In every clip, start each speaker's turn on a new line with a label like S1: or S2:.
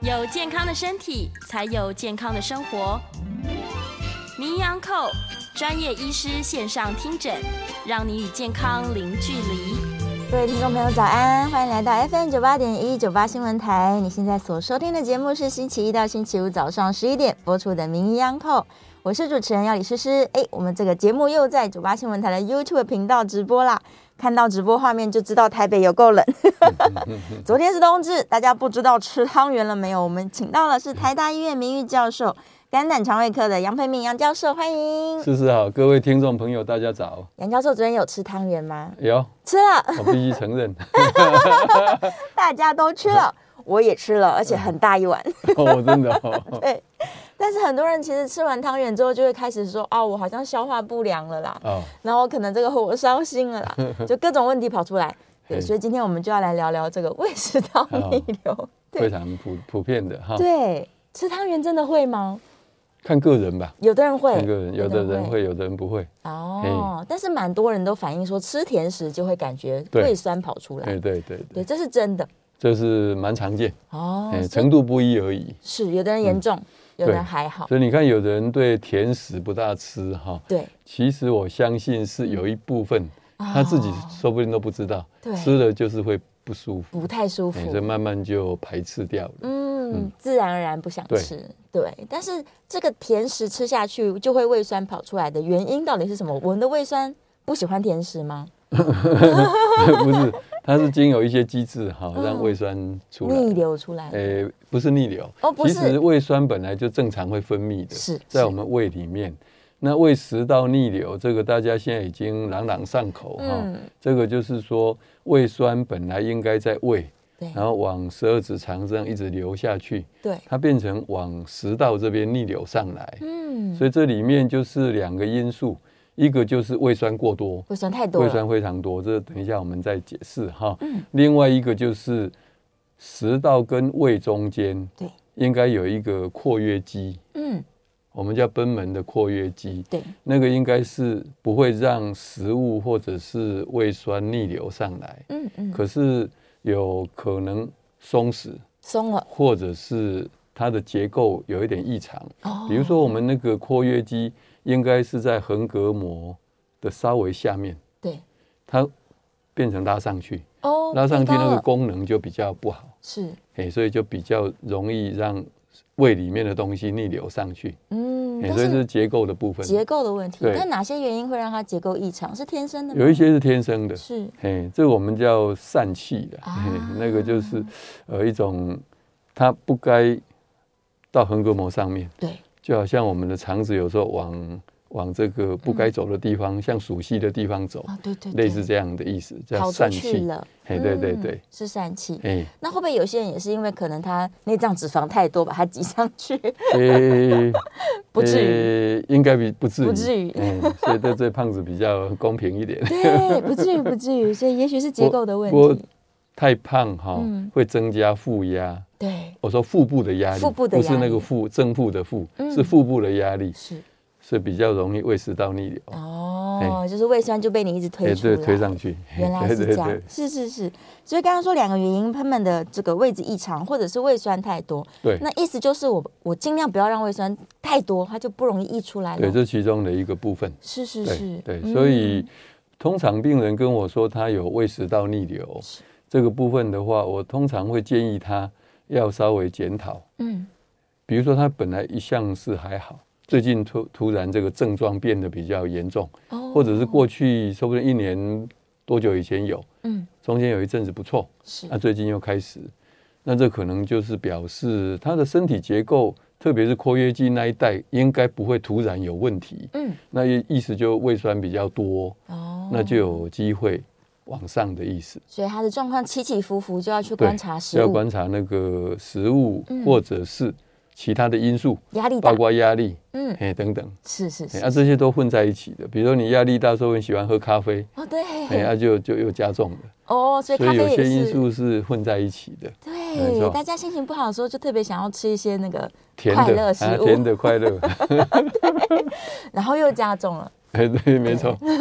S1: 有健康的身体，才有健康的生活。名医 Uncle 专业医师线上听诊，让你与健康零距离。
S2: 各位听众朋友，早安！欢迎来到 FM 九八点一九八新闻台。你现在所收听的节目是星期一到星期五早上十一点播出的《名医央叩》，我是主持人要李诗诗。哎，我们这个节目又在九八新闻台的 YouTube 频道直播啦。看到直播画面就知道台北有够冷。昨天是冬至，大家不知道吃汤圆了没有？我们请到了是台大医院名誉教授、肝胆肠胃科的杨培明杨教授，欢 迎。
S3: 思思好，各位听众朋友，大家早。
S2: 杨教授昨天有吃汤圆吗？
S3: 有，
S2: 吃了，
S3: 我必须承认，
S2: 大家都吃了，我也吃了，而且很大一碗。
S3: 哦，真的、哦，
S2: 对，但是很多人其实吃完汤圆之后就会开始说，哦，我好像消化不良了啦，
S3: 哦，
S2: 然后可能这个火烧心了 啦，就各种问题跑出来。对，
S3: 嘿
S2: 所以今天我们就要来聊聊这个胃食道逆 流。
S3: 非
S2: 对
S3: 常普普遍的哈。
S2: 对，吃汤圆真的会吗？
S3: 看个人吧，
S2: 有的人会，
S3: 看个人，有的人会，有的人不会。
S2: 哦，但是蛮多人都反映说，吃甜食就会感觉
S3: 对
S2: 胃酸跑出来
S3: 哎对。对对
S2: 对，
S3: 对，
S2: 这是真的
S3: 这是蛮常见，
S2: 哦
S3: 哎，，
S2: 所以
S3: 程度不一而已。
S2: 是有的人严重，有的人
S3: 嗯对
S2: 还好。
S3: 所以你看，有的人对甜食不大吃哈，
S2: 哦对，嗯啊
S3: 其实我相信是有一部分他自己说不定都不知道
S2: 对，
S3: 吃了就是会不舒服，
S2: 不太舒服
S3: 哎，，所以慢慢就排斥掉了。
S2: 嗯
S3: 嗯，
S2: 自然而然不想
S3: 对
S2: 吃。对，但是这个甜食吃下去就会胃酸跑出来的原因到底是什么？我们的胃酸不喜欢甜食吗？
S3: 不是，它是经由一些机制哈，
S2: 嗯
S3: 让胃酸出来。哎
S2: 逆流出来。
S3: 诶、不是逆流
S2: 哦不是
S3: 其实胃酸本来就正常会分泌的，
S2: 是
S3: 在
S2: 是
S3: 我们胃里面。那胃食道逆流，这个大家现在已经朗朗上口哈、
S2: 嗯
S3: 这个就是说，胃酸本来应该在胃，
S2: 对
S3: 然后往十二指肠这样一直流下去，
S2: 对，
S3: 它变成往食道这边逆流上来。
S2: 嗯，
S3: 所以这里面就是两个因素，一个就是胃酸过多，
S2: 胃酸太多
S3: 胃
S2: 了
S3: 酸。非常多，这等一下我们再解释哈。
S2: 嗯
S3: 另外一个就是食道跟胃中间
S2: 对，
S3: 应该有一个括约肌，
S2: 嗯，
S3: 我们叫贲门的括约肌，
S2: 对，
S3: 那个应该是不会让食物或者是胃酸逆流上来，
S2: 嗯嗯，
S3: 可是有可能松弛，
S2: 松了。
S3: 或者是它的结构有一点异常。
S2: 哦
S3: 比如说我们那个括约肌应该是在横膈膜的稍微下面。
S2: 对，
S3: 它变成拉上去，
S2: 哦，
S3: 拉上去
S2: 太高
S3: 那个
S2: 了
S3: 功能就比较不好，
S2: 是，
S3: 哎，所以就比较容易让胃里面的东西逆流上去，
S2: 嗯，
S3: 哎，
S2: 但
S3: 所以这
S2: 是
S3: 是结构的部分。
S2: 结构的问题。
S3: 对
S2: 但哪些原因会让它结构异常？是天生的吗？
S3: 有一些是天生的，
S2: 是
S3: 哎，这个我们叫疝气的，
S2: 啊
S3: 哎，那个就是呃一种它不该到横膈膜上面，
S2: 对，
S3: 就好像我们的肠子有时候往往这个不该走的地方，像熟悉的地方走，
S2: 嗯啊，对对，对
S3: 类似这样的意思，叫
S2: 跑出
S3: 疝
S2: 去
S3: 气。
S2: 了。
S3: 嘿对对
S2: 嗯
S3: 对，
S2: 是疝气。
S3: 哎，
S2: 那会不会有些人也是因为可能他内脏脂肪太多，把它挤上去？
S3: 诶，
S2: 不至
S3: 于，呃应该比不至于，
S2: 不至于。
S3: 嗯，所以对这胖子比较公平一点
S2: 对，不至于，不至于。所以也许是结构的 问
S3: 不过
S2: 题。
S3: 太胖哈、
S2: 嗯
S3: 会增加腹压。
S2: 对，
S3: 我说腹部的压力，
S2: 腹部的
S3: 不是
S2: 压
S3: 那
S2: 力
S3: 个腹正腹的腹，
S2: 嗯
S3: 是腹部的压力，
S2: 是
S3: 所以比较容易胃食道逆流。
S2: 哦，就是胃酸就被你一直推
S3: 诶
S2: 出来，
S3: 哎对，推上去，
S2: 原来是这
S3: 对对
S2: 样，
S3: 对
S2: 是是是。所以刚刚说两个原因，他们的这个位置异常，或者是胃酸太多。
S3: 对
S2: 那意思就是我我尽量不要让胃酸太多，它就不容易溢出来
S3: 对，
S2: 了。
S3: 这其中的一个部分。
S2: 是是是
S3: 对，对，所以
S2: 嗯
S3: 通常病人跟我说他有胃食道逆流
S2: 是
S3: 这个部分的话，我通常会建议他要稍微检讨。
S2: 嗯
S3: 比如说他本来一向是还好，最近突突然这个症状变得比较严重，
S2: 哦
S3: 或者是过去说不定一年多久以前有，
S2: 嗯
S3: 中间有一阵子不错，
S2: 是
S3: 那、最近又开始，那这可能就是表示他的身体结构，特别是括约肌那一带，应该不会突然有问题。
S2: 嗯
S3: 那意意思就胃酸比较多，
S2: 哦
S3: 那就有机会往上的意思。
S2: 所以他的状况起起伏伏，就要去哦
S3: 对
S2: 观察食
S3: 要
S2: 物，
S3: 观察那个食物
S2: 嗯
S3: 或者是其他的因素，
S2: 压力大
S3: 包，括压力，
S2: 嗯
S3: 哎等等。
S2: 是是是
S3: 哎，啊，这些都混在一起的。比如说你压力大，时候你喜欢喝 咖啡，
S2: 哦对，
S3: 哎，啊就就又加重了。
S2: 哦，所以
S3: 所
S2: 咖
S3: 以有
S2: 啡也
S3: 些因
S2: 是。
S3: 素是混在一起的，没
S2: 对，
S3: 错
S2: 大家心情不好的时候，就特别想要吃一些那个
S3: 甜
S2: 快
S3: 的啊
S2: 乐食物，
S3: 甜的 快乐，
S2: 然后又加重了。
S3: 哎，对，没错，嗯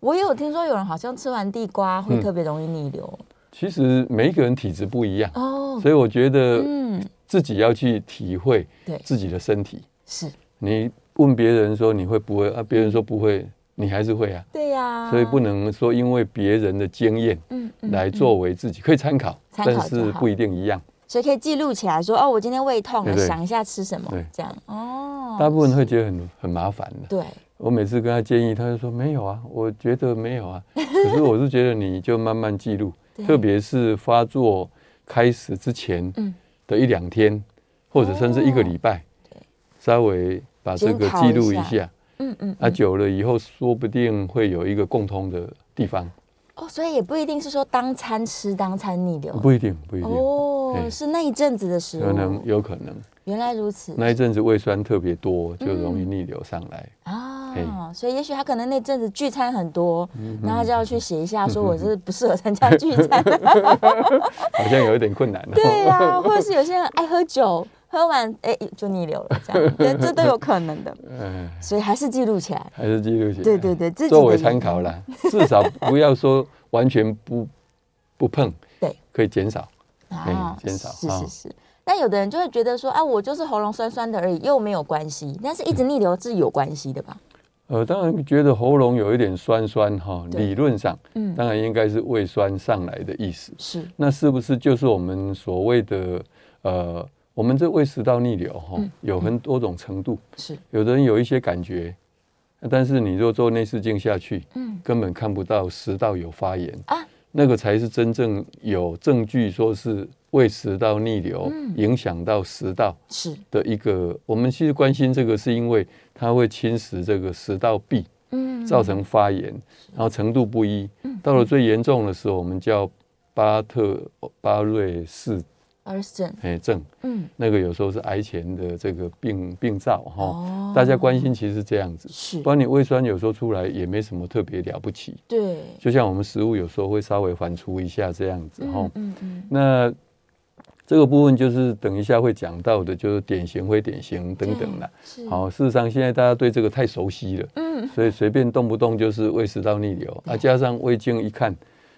S2: 我有听说有人好像吃完地瓜会特别容易逆流，
S3: 其实每一个人体质不一样，
S2: 哦，
S3: 所以我觉得
S2: 嗯，
S3: 自己要去体会
S2: 对，
S3: 自己的身体。
S2: 是，
S3: 你问别人说你会不会啊？别人说不会，你还是会啊。
S2: 对呀，
S3: 所以不能说因为别人的经验
S2: 嗯嗯
S3: 来
S2: 嗯
S3: 作为自己，可以参考，
S2: 参考
S3: 但
S2: 就是好
S3: 不一定一样。
S2: 所以可以记录起来说，哦，我今天胃痛了，
S3: 哎对对
S2: 想一下吃什么
S3: 对，
S2: 这样哦。
S3: 大部分会觉得很很麻烦的。
S2: 对，
S3: 我每次跟他建议，他就说没有啊，我觉得没有啊。 可是我是觉得你就慢慢记录
S2: 对，
S3: 特别是发作开始之前
S2: 嗯哦
S3: 的一两天，或者甚至一个礼拜，稍微把这个
S2: 检讨一
S3: 记录一
S2: 下
S3: 下。
S2: 嗯嗯，
S3: 啊，
S2: 嗯
S3: 久了以后说不定会有一个共通的地方，
S2: 哦，所以也不一定是说当餐吃，当餐逆流，
S3: 不一定，不一定，
S2: 哦，
S3: 哎
S2: 是那一阵子的食
S3: 可能
S2: 物，
S3: 有可能。
S2: 原来如此
S3: 那一阵子胃酸特别多，就容易逆流上来。
S2: 啊，
S3: 哎
S2: 所以也许他可能那阵子聚餐很多，
S3: 嗯
S2: 然后他就要去写一下，说我是不适合参加聚餐，
S3: 好像有一点困难哦。
S2: 嗯对呀、或者是有些人爱喝酒，喝完哎、就逆流了，这样， 对，这都有可能的，
S3: 嗯，
S2: 所以还是记录起来，
S3: 还是记录起来。
S2: 对对对自己的
S3: 作为参考啦， 至少不要说完全不不碰，
S2: 对，
S3: 可以减少。
S2: 啊，
S3: 减少
S2: 是
S3: 啊
S2: 是是。但有的人就会觉得说，啊，我就是喉咙酸酸的而已，又没有关系。但是一直逆流是有关系的吧？
S3: 呃，当然觉得喉咙有一点酸酸哈，
S2: 对
S3: 理论上，
S2: 嗯
S3: 当然应该是胃酸上来的意思。
S2: 是，
S3: 那是不是就是我们所谓的呃，我们这胃食道逆流哈、
S2: 嗯
S3: 有很多种程度，
S2: 是，
S3: 有的人有一些感觉，但是你若做内视镜下去，
S2: 嗯
S3: 根本看不到食道有发炎
S2: 啊，
S3: 那个才是真正有证据说是胃食道逆流
S2: 嗯
S3: 影响到食道
S2: 是，
S3: 的一个。我们其实关心这个，是因为它会侵蚀这个食道壁，
S2: 嗯
S3: 造成发炎，然后程度不一
S2: 嗯。
S3: 到了最严重的时候，我们叫巴特巴瑞氏
S2: a r s o n
S3: 哎症，
S2: 嗯，
S3: 那个有时候是癌前的这个病病灶哈。
S2: 哦
S3: 大家关心其实是这样子，
S2: 是
S3: 不，然你胃酸有时候出来也没什么特别了不起。
S2: 对，
S3: 就像我们食物有时候会稍微反刍一下这样子哈、
S2: 嗯嗯嗯，
S3: 那这个部分就是等一下会讲到的，就是典型、非典型等等啦。
S2: 是，
S3: 好、事实上现在大家对这个太熟悉了，
S2: 嗯，
S3: 所以随便动不动就是胃食道逆流啊，加上胃镜一看，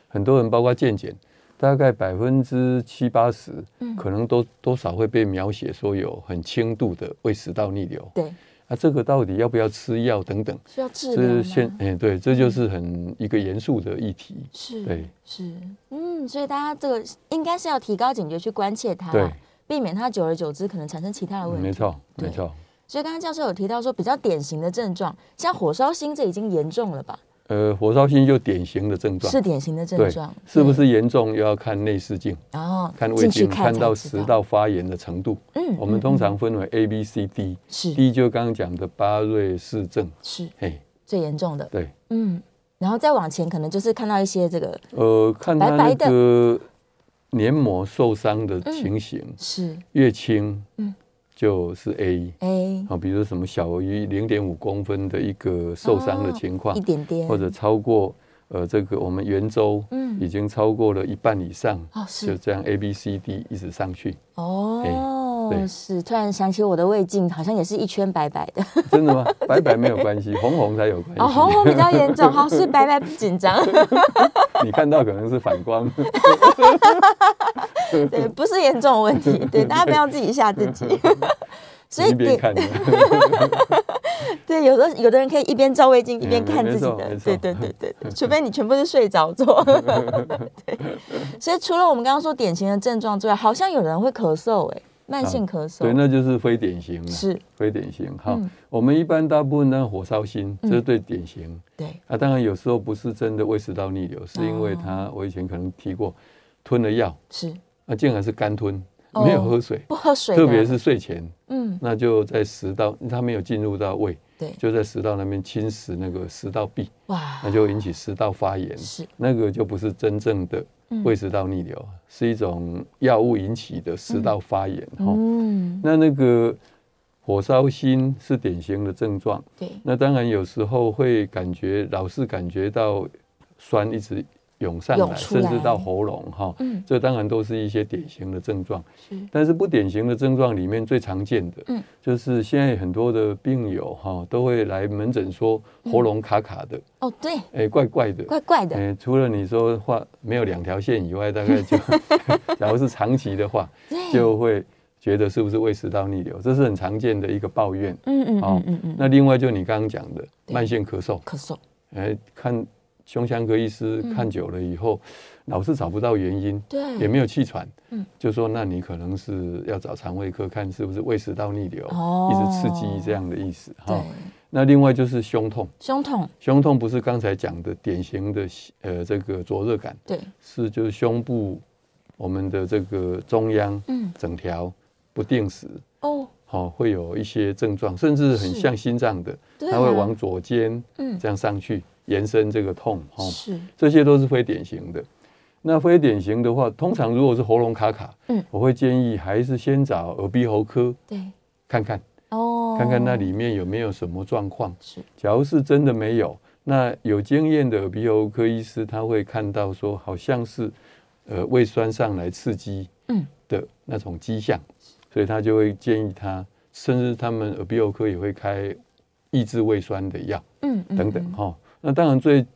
S3: 很多人包括健检，大概百分之七八十
S2: 嗯，
S3: 可能都多少会被描写说有很轻度的胃食道逆流。
S2: 对，
S3: 啊，这个到底要不要吃药等等，
S2: 需要治疗
S3: 这
S2: 吗？
S3: 现哎、对，这就是很一个严肃的议题。
S2: 是，
S3: 对，
S2: 是，嗯，所以大家这个应该是要提高警觉去关切它，
S3: 对，
S2: 避免它久而久之可能产生其他的问题。
S3: 没错，
S2: 嗯对
S3: 没错。
S2: 所以刚刚教授有提到说，比较典型的症状，像火烧心，这已经严重了吧？
S3: 呃，火烧心就典型的症状，
S2: 是典型的症
S3: 对
S2: 状，
S3: 是不是严重又要看内视镜，
S2: 对？然后
S3: 看胃
S2: 进去
S3: 镜，
S2: 看
S3: 看
S2: 才
S3: 到
S2: 知
S3: 食，道发炎的程度。
S2: 嗯
S3: 我们通常分为 A、B、C、D。
S2: 是
S3: D 就刚刚讲的巴瑞氏症，
S2: 是
S3: 嘿，
S2: 最严重的，
S3: 对，
S2: 嗯，然后再往前可能就是看到一些这个
S3: 呃，看它
S2: 白白
S3: 那
S2: 的
S3: 个黏膜受伤的情形，
S2: 是
S3: 越轻，
S2: 嗯
S3: 就是 A。
S2: A
S3: 啊，比如说什么小于零点五公分的一个受伤的情况
S2: 哦一，点点，
S3: 或者超过呃这个我们圆周
S2: 嗯
S3: 已经超过了一半以上，
S2: 哦
S3: 就是这样 A B C D 一直上去，哎
S2: 哦
S3: 对
S2: 是，突然想起我的胃镜好像也是一圈白白的，
S3: 真的吗？ 白白没有关系，红红才有关系。
S2: 哦红红比较严重，好是 白白不紧张，
S3: 你看到可能是反光，
S2: 对，不是严重的问题，对，大家不要自己吓自 己。所以
S3: 你别
S2: 典
S3: 看了。
S2: 对，有的有的人可以一边照胃镜一边看自己
S3: 嗯
S2: 的
S3: 没，
S2: 对
S3: 错
S2: 对
S3: 没错
S2: 对对 对，除非你全部是睡着做。 对，所以除了我们刚刚说典型的症状之外，好像有人会咳嗽，哎，慢性咳嗽，
S3: 啊对，那就是非典型了。
S2: 是，
S3: 非典型。好，
S2: 嗯
S3: 我们一般大部分呢火烧心，这是最典型。
S2: 对，
S3: 啊，当然有时候不是真的胃食道逆流，是因
S2: 哦
S3: 为他我以前可能提过，吞了药，
S2: 是
S3: 啊，竟然是干吞，
S2: 哦
S3: 没有喝水，
S2: 不喝水的，
S3: 特别是睡前，
S2: 嗯，
S3: 那就在食道，它没有进入到胃，
S2: 对，
S3: 就在食道那边侵蚀那个食道壁，
S2: 哇
S3: 那，就引起食道发炎，
S2: 是
S3: 那个就不是真正的
S2: 嗯
S3: 胃食道逆流，啊是一种药物引起的食道发炎。哈、
S2: 嗯，
S3: 那那个火烧心是典型的症状，
S2: 对，
S3: 那当然有时候会感觉老是感觉到酸一直涌上
S2: 涌
S3: 来，
S2: 出
S3: 甚至
S2: 来
S3: 到喉咙哈、
S2: 嗯
S3: 这当然都是一些典型的症状。
S2: 是，
S3: 但是不典型的症状里面最常见的，
S2: 嗯
S3: 就是现在很多的病友哈、都会来门诊说喉咙卡卡的，
S2: 哦，对，
S3: 哎、怪怪的。
S2: 怪怪的，
S3: 哎除了你说话没有两条线以外，大 概就，假如是长期的话，
S2: 对，
S3: 就会觉得是不是胃食道逆流，这是很常见的一个抱怨。
S2: 嗯嗯
S3: 哦
S2: 嗯嗯嗯，
S3: 那另外就你刚刚讲的
S2: 对
S3: 慢性咳嗽，
S2: 咳嗽，
S3: 哎，看胸腔科医师
S2: 嗯
S3: 看久了以后，老是找不到原因，
S2: 对，
S3: 也没有气喘，
S2: 嗯
S3: 就说那你可能是要找肠胃科看是不是胃食道逆流，
S2: 哦
S3: 一直刺激这样的意思哈、
S2: 对，
S3: 那另外就是胸痛，
S2: 胸痛，
S3: 胸痛不是刚才讲的典型的呃这个灼热感，
S2: 对，
S3: 是就是胸部我们的这个中央
S2: 嗯，
S3: 整条不定时。
S2: 哦，
S3: 哦，会有一些症状，甚至很
S2: 是
S3: 像心脏的，
S2: 对啊，
S3: 它会往左肩
S2: 嗯
S3: 这样上去，延伸这个痛哦，
S2: 是，
S3: 这些都是非典型的。那非典型的话，通常如果是喉咙卡卡，
S2: 嗯
S3: 我会建议还是先找耳鼻喉科
S2: 对，
S3: 看看，
S2: 哦，
S3: 看看那里面有没有什么状况。
S2: 是，
S3: 假如是真的没有，那有经验的耳鼻喉科医师他会看到说，好像是呃胃酸上来刺激
S2: 嗯
S3: 的那种迹象，所以他就会建议他，甚至他们耳鼻喉科也会开抑制胃酸的药
S2: 嗯，嗯
S3: 等等
S2: 嗯
S3: 哦哈、那当然最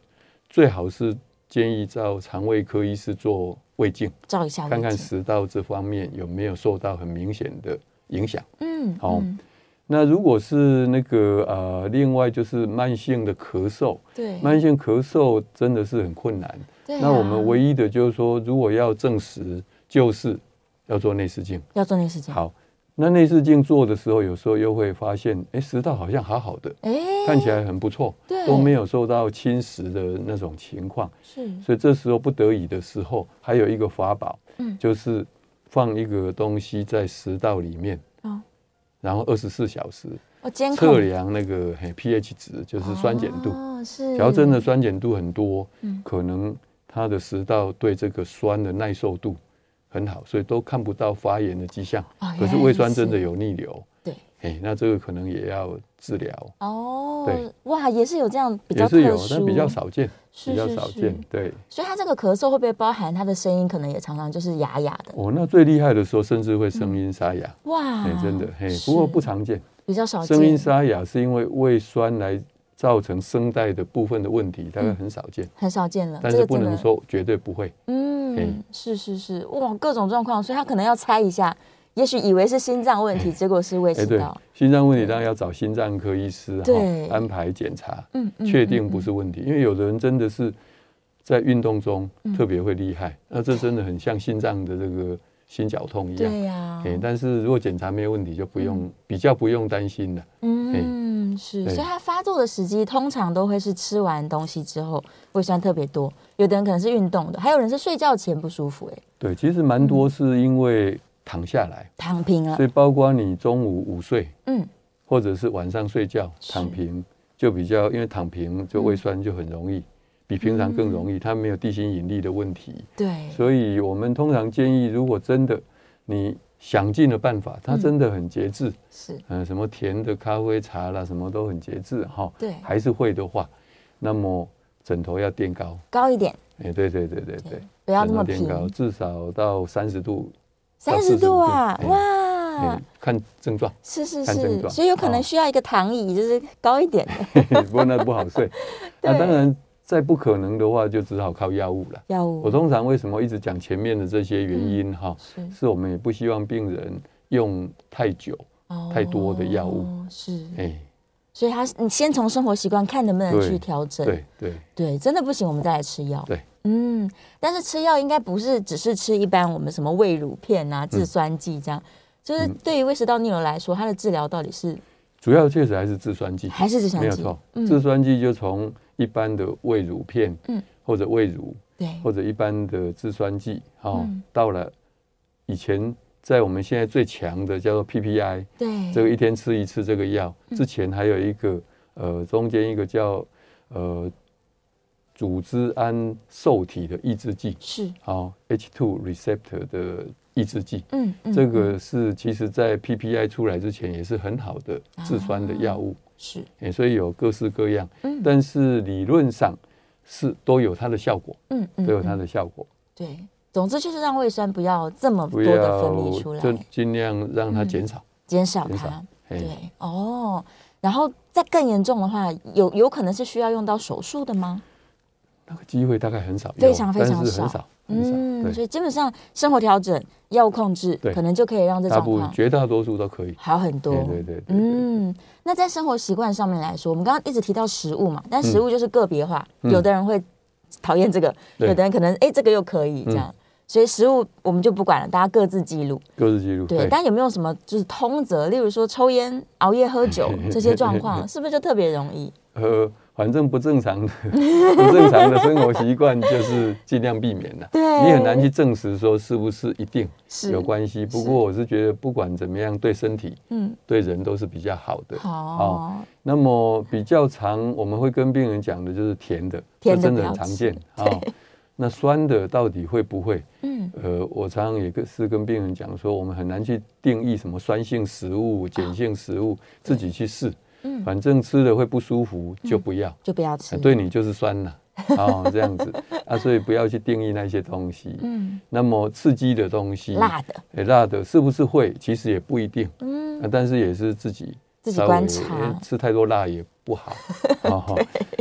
S3: 最好是建议照肠胃科医师做胃镜，
S2: 照一下哦胃
S3: 看看
S2: 镜，
S3: 食道这方面有没有受到很明显的影响。
S2: 嗯，
S3: 好
S2: 嗯
S3: 那如果是那个呃，另外就是慢性的咳嗽，
S2: 对，
S3: 慢性咳嗽真的是很困难。
S2: 对啊
S3: 那我们唯一的就是说，如果要证实就是要做内视镜。
S2: 要做那个事情，，
S3: 好，那内视镜做的时候，有时候又会发现，哎，食道好像好好的，
S2: 哎，
S3: 看起来很不错，
S2: 对
S3: 都没有受到侵蚀的那种情况。
S2: 是，
S3: 所以这时候不得已的时候，还有一个法宝，
S2: 嗯
S3: 就是放一个东西在食道里面，
S2: 哦，
S3: 然后二十四小时
S2: 我监控
S3: 测量那个嘿 pH 值，就是酸碱度。
S2: 哦是，
S3: 调真的酸碱度很多，
S2: 嗯
S3: 可能他的食道对这个酸的耐受度很好，所以都看不到发炎的迹象。
S2: 哦
S3: 可是胃酸真的有逆流，
S2: 对
S3: 哎，那这个可能也要治疗，
S2: 哦，
S3: 对，
S2: 哇，也是有这样比较
S3: 也是
S2: 特
S3: 有，
S2: 殊，
S3: 但比较，少见，
S2: 是
S3: 比较
S2: 是
S3: 少
S2: 是
S3: 见。对，
S2: 所以他这个咳嗽会不会包含他的声音，可能也常常就是哑哑的，
S3: 哦，那最厉害的时候甚至会声音沙哑，
S2: 哇
S3: 哎，，真的，嘿，不过
S2: 嗯啊是
S3: 不常见。
S2: 比较少见，
S3: 声音沙哑是因为胃酸来造成声带的部分的问题，大概很少见，
S2: 很少见了，嗯啊
S3: 但
S2: 这
S3: 是
S2: 个
S3: 不
S2: 真
S3: 能
S2: 的
S3: 说绝对不会。
S2: 嗯
S3: 嘿，
S2: 是是是，哇，各种状况，所以他可能要猜一下，也许以为是心脏问题，结果是胃
S3: 哎，
S2: 食
S3: 对
S2: 道，，
S3: 心脏问题当然要找心脏科医师哈
S2: 对
S3: 安排检查，
S2: 嗯嗯
S3: 哎确定不是问题。因为有的人真的是在运动中
S2: 嗯
S3: 特别会厉害，那这真的很像心脏的这个心绞痛一样。
S2: 对嗯呀，
S3: 哎，但是如果检查没有问题，就不用比较不用担心了。
S2: 嗯，是，
S3: 对
S2: 所以它发作的时机通常都会是吃完东西之后，胃酸特别多。有的人可能是运动的，还有人是睡觉前不舒服、哎，
S3: 对，其实蛮多是因为躺下来，
S2: 躺平了
S3: 所。以包括你中午午睡
S2: 嗯，
S3: 或者是晚上睡觉
S2: 是嗯
S3: 躺平，就比较因为躺平就胃酸就很容易，比平常更容易，它没有地心引力的问题。
S2: 对，
S3: 所以我们通常建议，如果真的你想尽了办法，它
S2: 嗯
S3: 真的很节制，
S2: 是，
S3: 嗯、什么甜的咖啡、茶啦，什么都很节制哈。
S2: 对
S3: 还是会的话，那么枕头要垫高，
S2: 高一点，
S3: 哎、对对对对对，
S2: 不要那
S3: 枕
S2: 么
S3: 头垫高，
S2: 平，
S3: 至少到三十度，
S2: 三十度啊，
S3: 到45度哎、
S2: 哇，
S3: 看症状，
S2: 是是
S3: 看症
S2: 是，
S3: 状
S2: 所以有可能
S3: 哦
S2: 需要一个躺椅， 就是高一点 的
S3: 不过那不好睡。那、
S2: 对
S3: 当然，再不可能的话，就只好靠药物了。
S2: 药
S3: 我
S2: 物。
S3: 通常为什么一直讲前面的这些原因哈、
S2: 是
S3: 是我们也不希望病人用太久，太多的药物
S2: 哦是，
S3: 哎，
S2: 所以他你先从生活习惯看能不能
S3: 对
S2: 去调整。
S3: 对对
S2: 对，真的不行，我们再来吃药。
S3: 对，
S2: 嗯，但是吃药应该不是只是吃一般我们什么胃乳片
S3: 嗯
S2: 啊、制酸剂这样，就是对于胃食道逆流来说，它的治疗到底是
S3: 主要确实还是制酸剂，
S2: 还是制酸
S3: 嗯没有
S2: 剂
S3: 错？，制
S2: 嗯，
S3: 酸剂就从一般的胃乳片，
S2: 嗯
S3: 或者胃乳
S2: 对，
S3: 或者一般的制酸剂，哦，
S2: 嗯
S3: 到了以前在我们现在最强的叫做 PPI，
S2: 对，
S3: 这个一天吃一次这个药，
S2: 嗯
S3: 之前还有一个呃中间一个叫呃组织胺受体的抑制剂，
S2: 是，
S3: 哦 H2 receptor 的抑制剂，
S2: 嗯，嗯
S3: 这
S2: 嗯
S3: 个是其实在 PPI 出来之前也是很好的
S2: 嗯
S3: 制酸的药物，
S2: 是，
S3: 诶所以有各式各样。
S2: 啊嗯
S3: 但是理论上是都有它的效果，
S2: 嗯嗯，
S3: 都有它
S2: 嗯
S3: 的效果。
S2: 对。总之就是让胃酸不要这么
S3: 不
S2: 多的分
S3: 要
S2: 泌出来，
S3: 就尽量让它减少。
S2: 减少
S3: 减少
S2: 它。
S3: 哎
S2: 对哦，然后再更严重的话，有有可能是需要用到手术的吗？
S3: 那个机会大概很少有，
S2: 非常非常
S3: 但是
S2: 少
S3: 很少，很少。
S2: 嗯所
S3: 对，
S2: 以基本上生活调整、药物控制，
S3: 对
S2: 可能就可以让这
S3: 大
S2: 状
S3: 部分
S2: 况
S3: 绝大多数都可以。
S2: 好很多。
S3: 对对对对对
S2: 嗯，那在生活习惯上面来说，我们刚刚一直提到食物嘛，但食物就是个别化，
S3: 嗯
S2: 有的人会讨厌这个，
S3: 对嗯
S2: 有的人可能哎、这个又可以这样。所以食物我们就不管了，大家各自记录。
S3: 各自记录。
S2: 对，但有没有什么就是通则？例如说抽烟、熬夜、喝 酒这些状况，是不是就特别容易？
S3: 呃，反正不正常的、 不正常的生活习惯就是尽量避免了。
S2: 对
S3: 你很难去证实说是不是一定
S2: 是
S3: 有关系。不过我是觉得，不管怎么样，对身体、
S2: 嗯，
S3: 对人都是比较好
S2: 哦
S3: 的。
S2: 好，
S3: 那么比较常我们会跟病人讲的就是甜的，
S2: 甜的
S3: 这真
S2: 不
S3: 的
S2: 要
S3: 很常
S2: 吃
S3: 见啊、那酸的到底会不会？
S2: 嗯，
S3: 呃，我常常也跟是跟病人讲说，我们很难去定义什么酸性食物、碱性食物，自己去试。
S2: 啊嗯
S3: 反正吃了会不舒服就不要，
S2: 就不要
S3: 啊
S2: 吃。
S3: 对，你就是酸了。哦，这样子啊，所以不要去定义那些东西。
S2: 嗯，
S3: 那么刺激的东西，
S2: 辣的，
S3: 诶辣的是不是会？其实也不一定，
S2: 嗯，
S3: 啊、但是也是自己
S2: 自己
S3: 稍微
S2: 观察
S3: 诶吃太多辣也不 好。哦、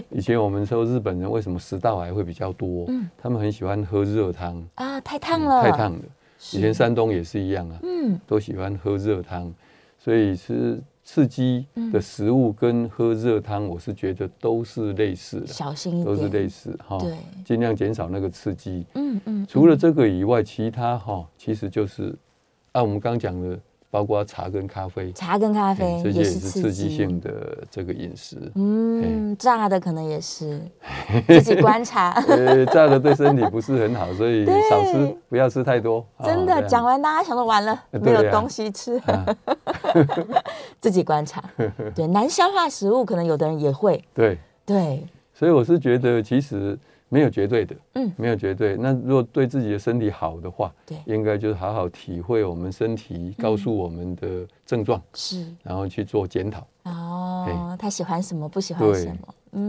S3: 以前我们说日本人为什么食道癌会比较多，
S2: 嗯
S3: 他们很喜欢喝热汤，
S2: 啊，太烫
S3: 嗯
S2: 了，
S3: 太烫了。
S2: 是，
S3: 以前山东也是一样啊，
S2: 嗯，
S3: 都喜欢喝热汤，所以吃刺激的食物跟喝热汤，我是觉得都是类似的，
S2: 小心一
S3: 都
S2: 点，
S3: 是类似哈。
S2: 对，
S3: 尽量减少那个刺激。
S2: 嗯嗯，
S3: 除了这个以外，其他哈其实就是啊按我们刚讲的，包括茶跟咖啡，
S2: 茶跟咖啡
S3: 嗯这些
S2: 也
S3: 也
S2: 是
S3: 是
S2: 刺
S3: 刺激
S2: 激
S3: 性。的这个饮食。
S2: 嗯，炸的可能也是自己观察，
S3: 呃，这样的对身体不是很好，所以
S2: 对
S3: 少吃，不要吃太多。啊
S2: 真的
S3: 这样
S2: 讲完大家想说完了
S3: 呃
S2: 没
S3: 对啊
S2: 有东西吃， 自己观察。对，难消化食物可能有的人也会，
S3: 对，
S2: 对，
S3: 所以我是觉得，其实没有绝对的，
S2: 嗯
S3: 没有绝对。那如果对自己的身体好的话，
S2: 对
S3: 应该就是好好体会我们身体告诉我们的症状，
S2: 是
S3: 然后去做检讨。
S2: 哦
S3: 嘿，
S2: 他喜欢什么，不喜欢
S3: 对
S2: 什么。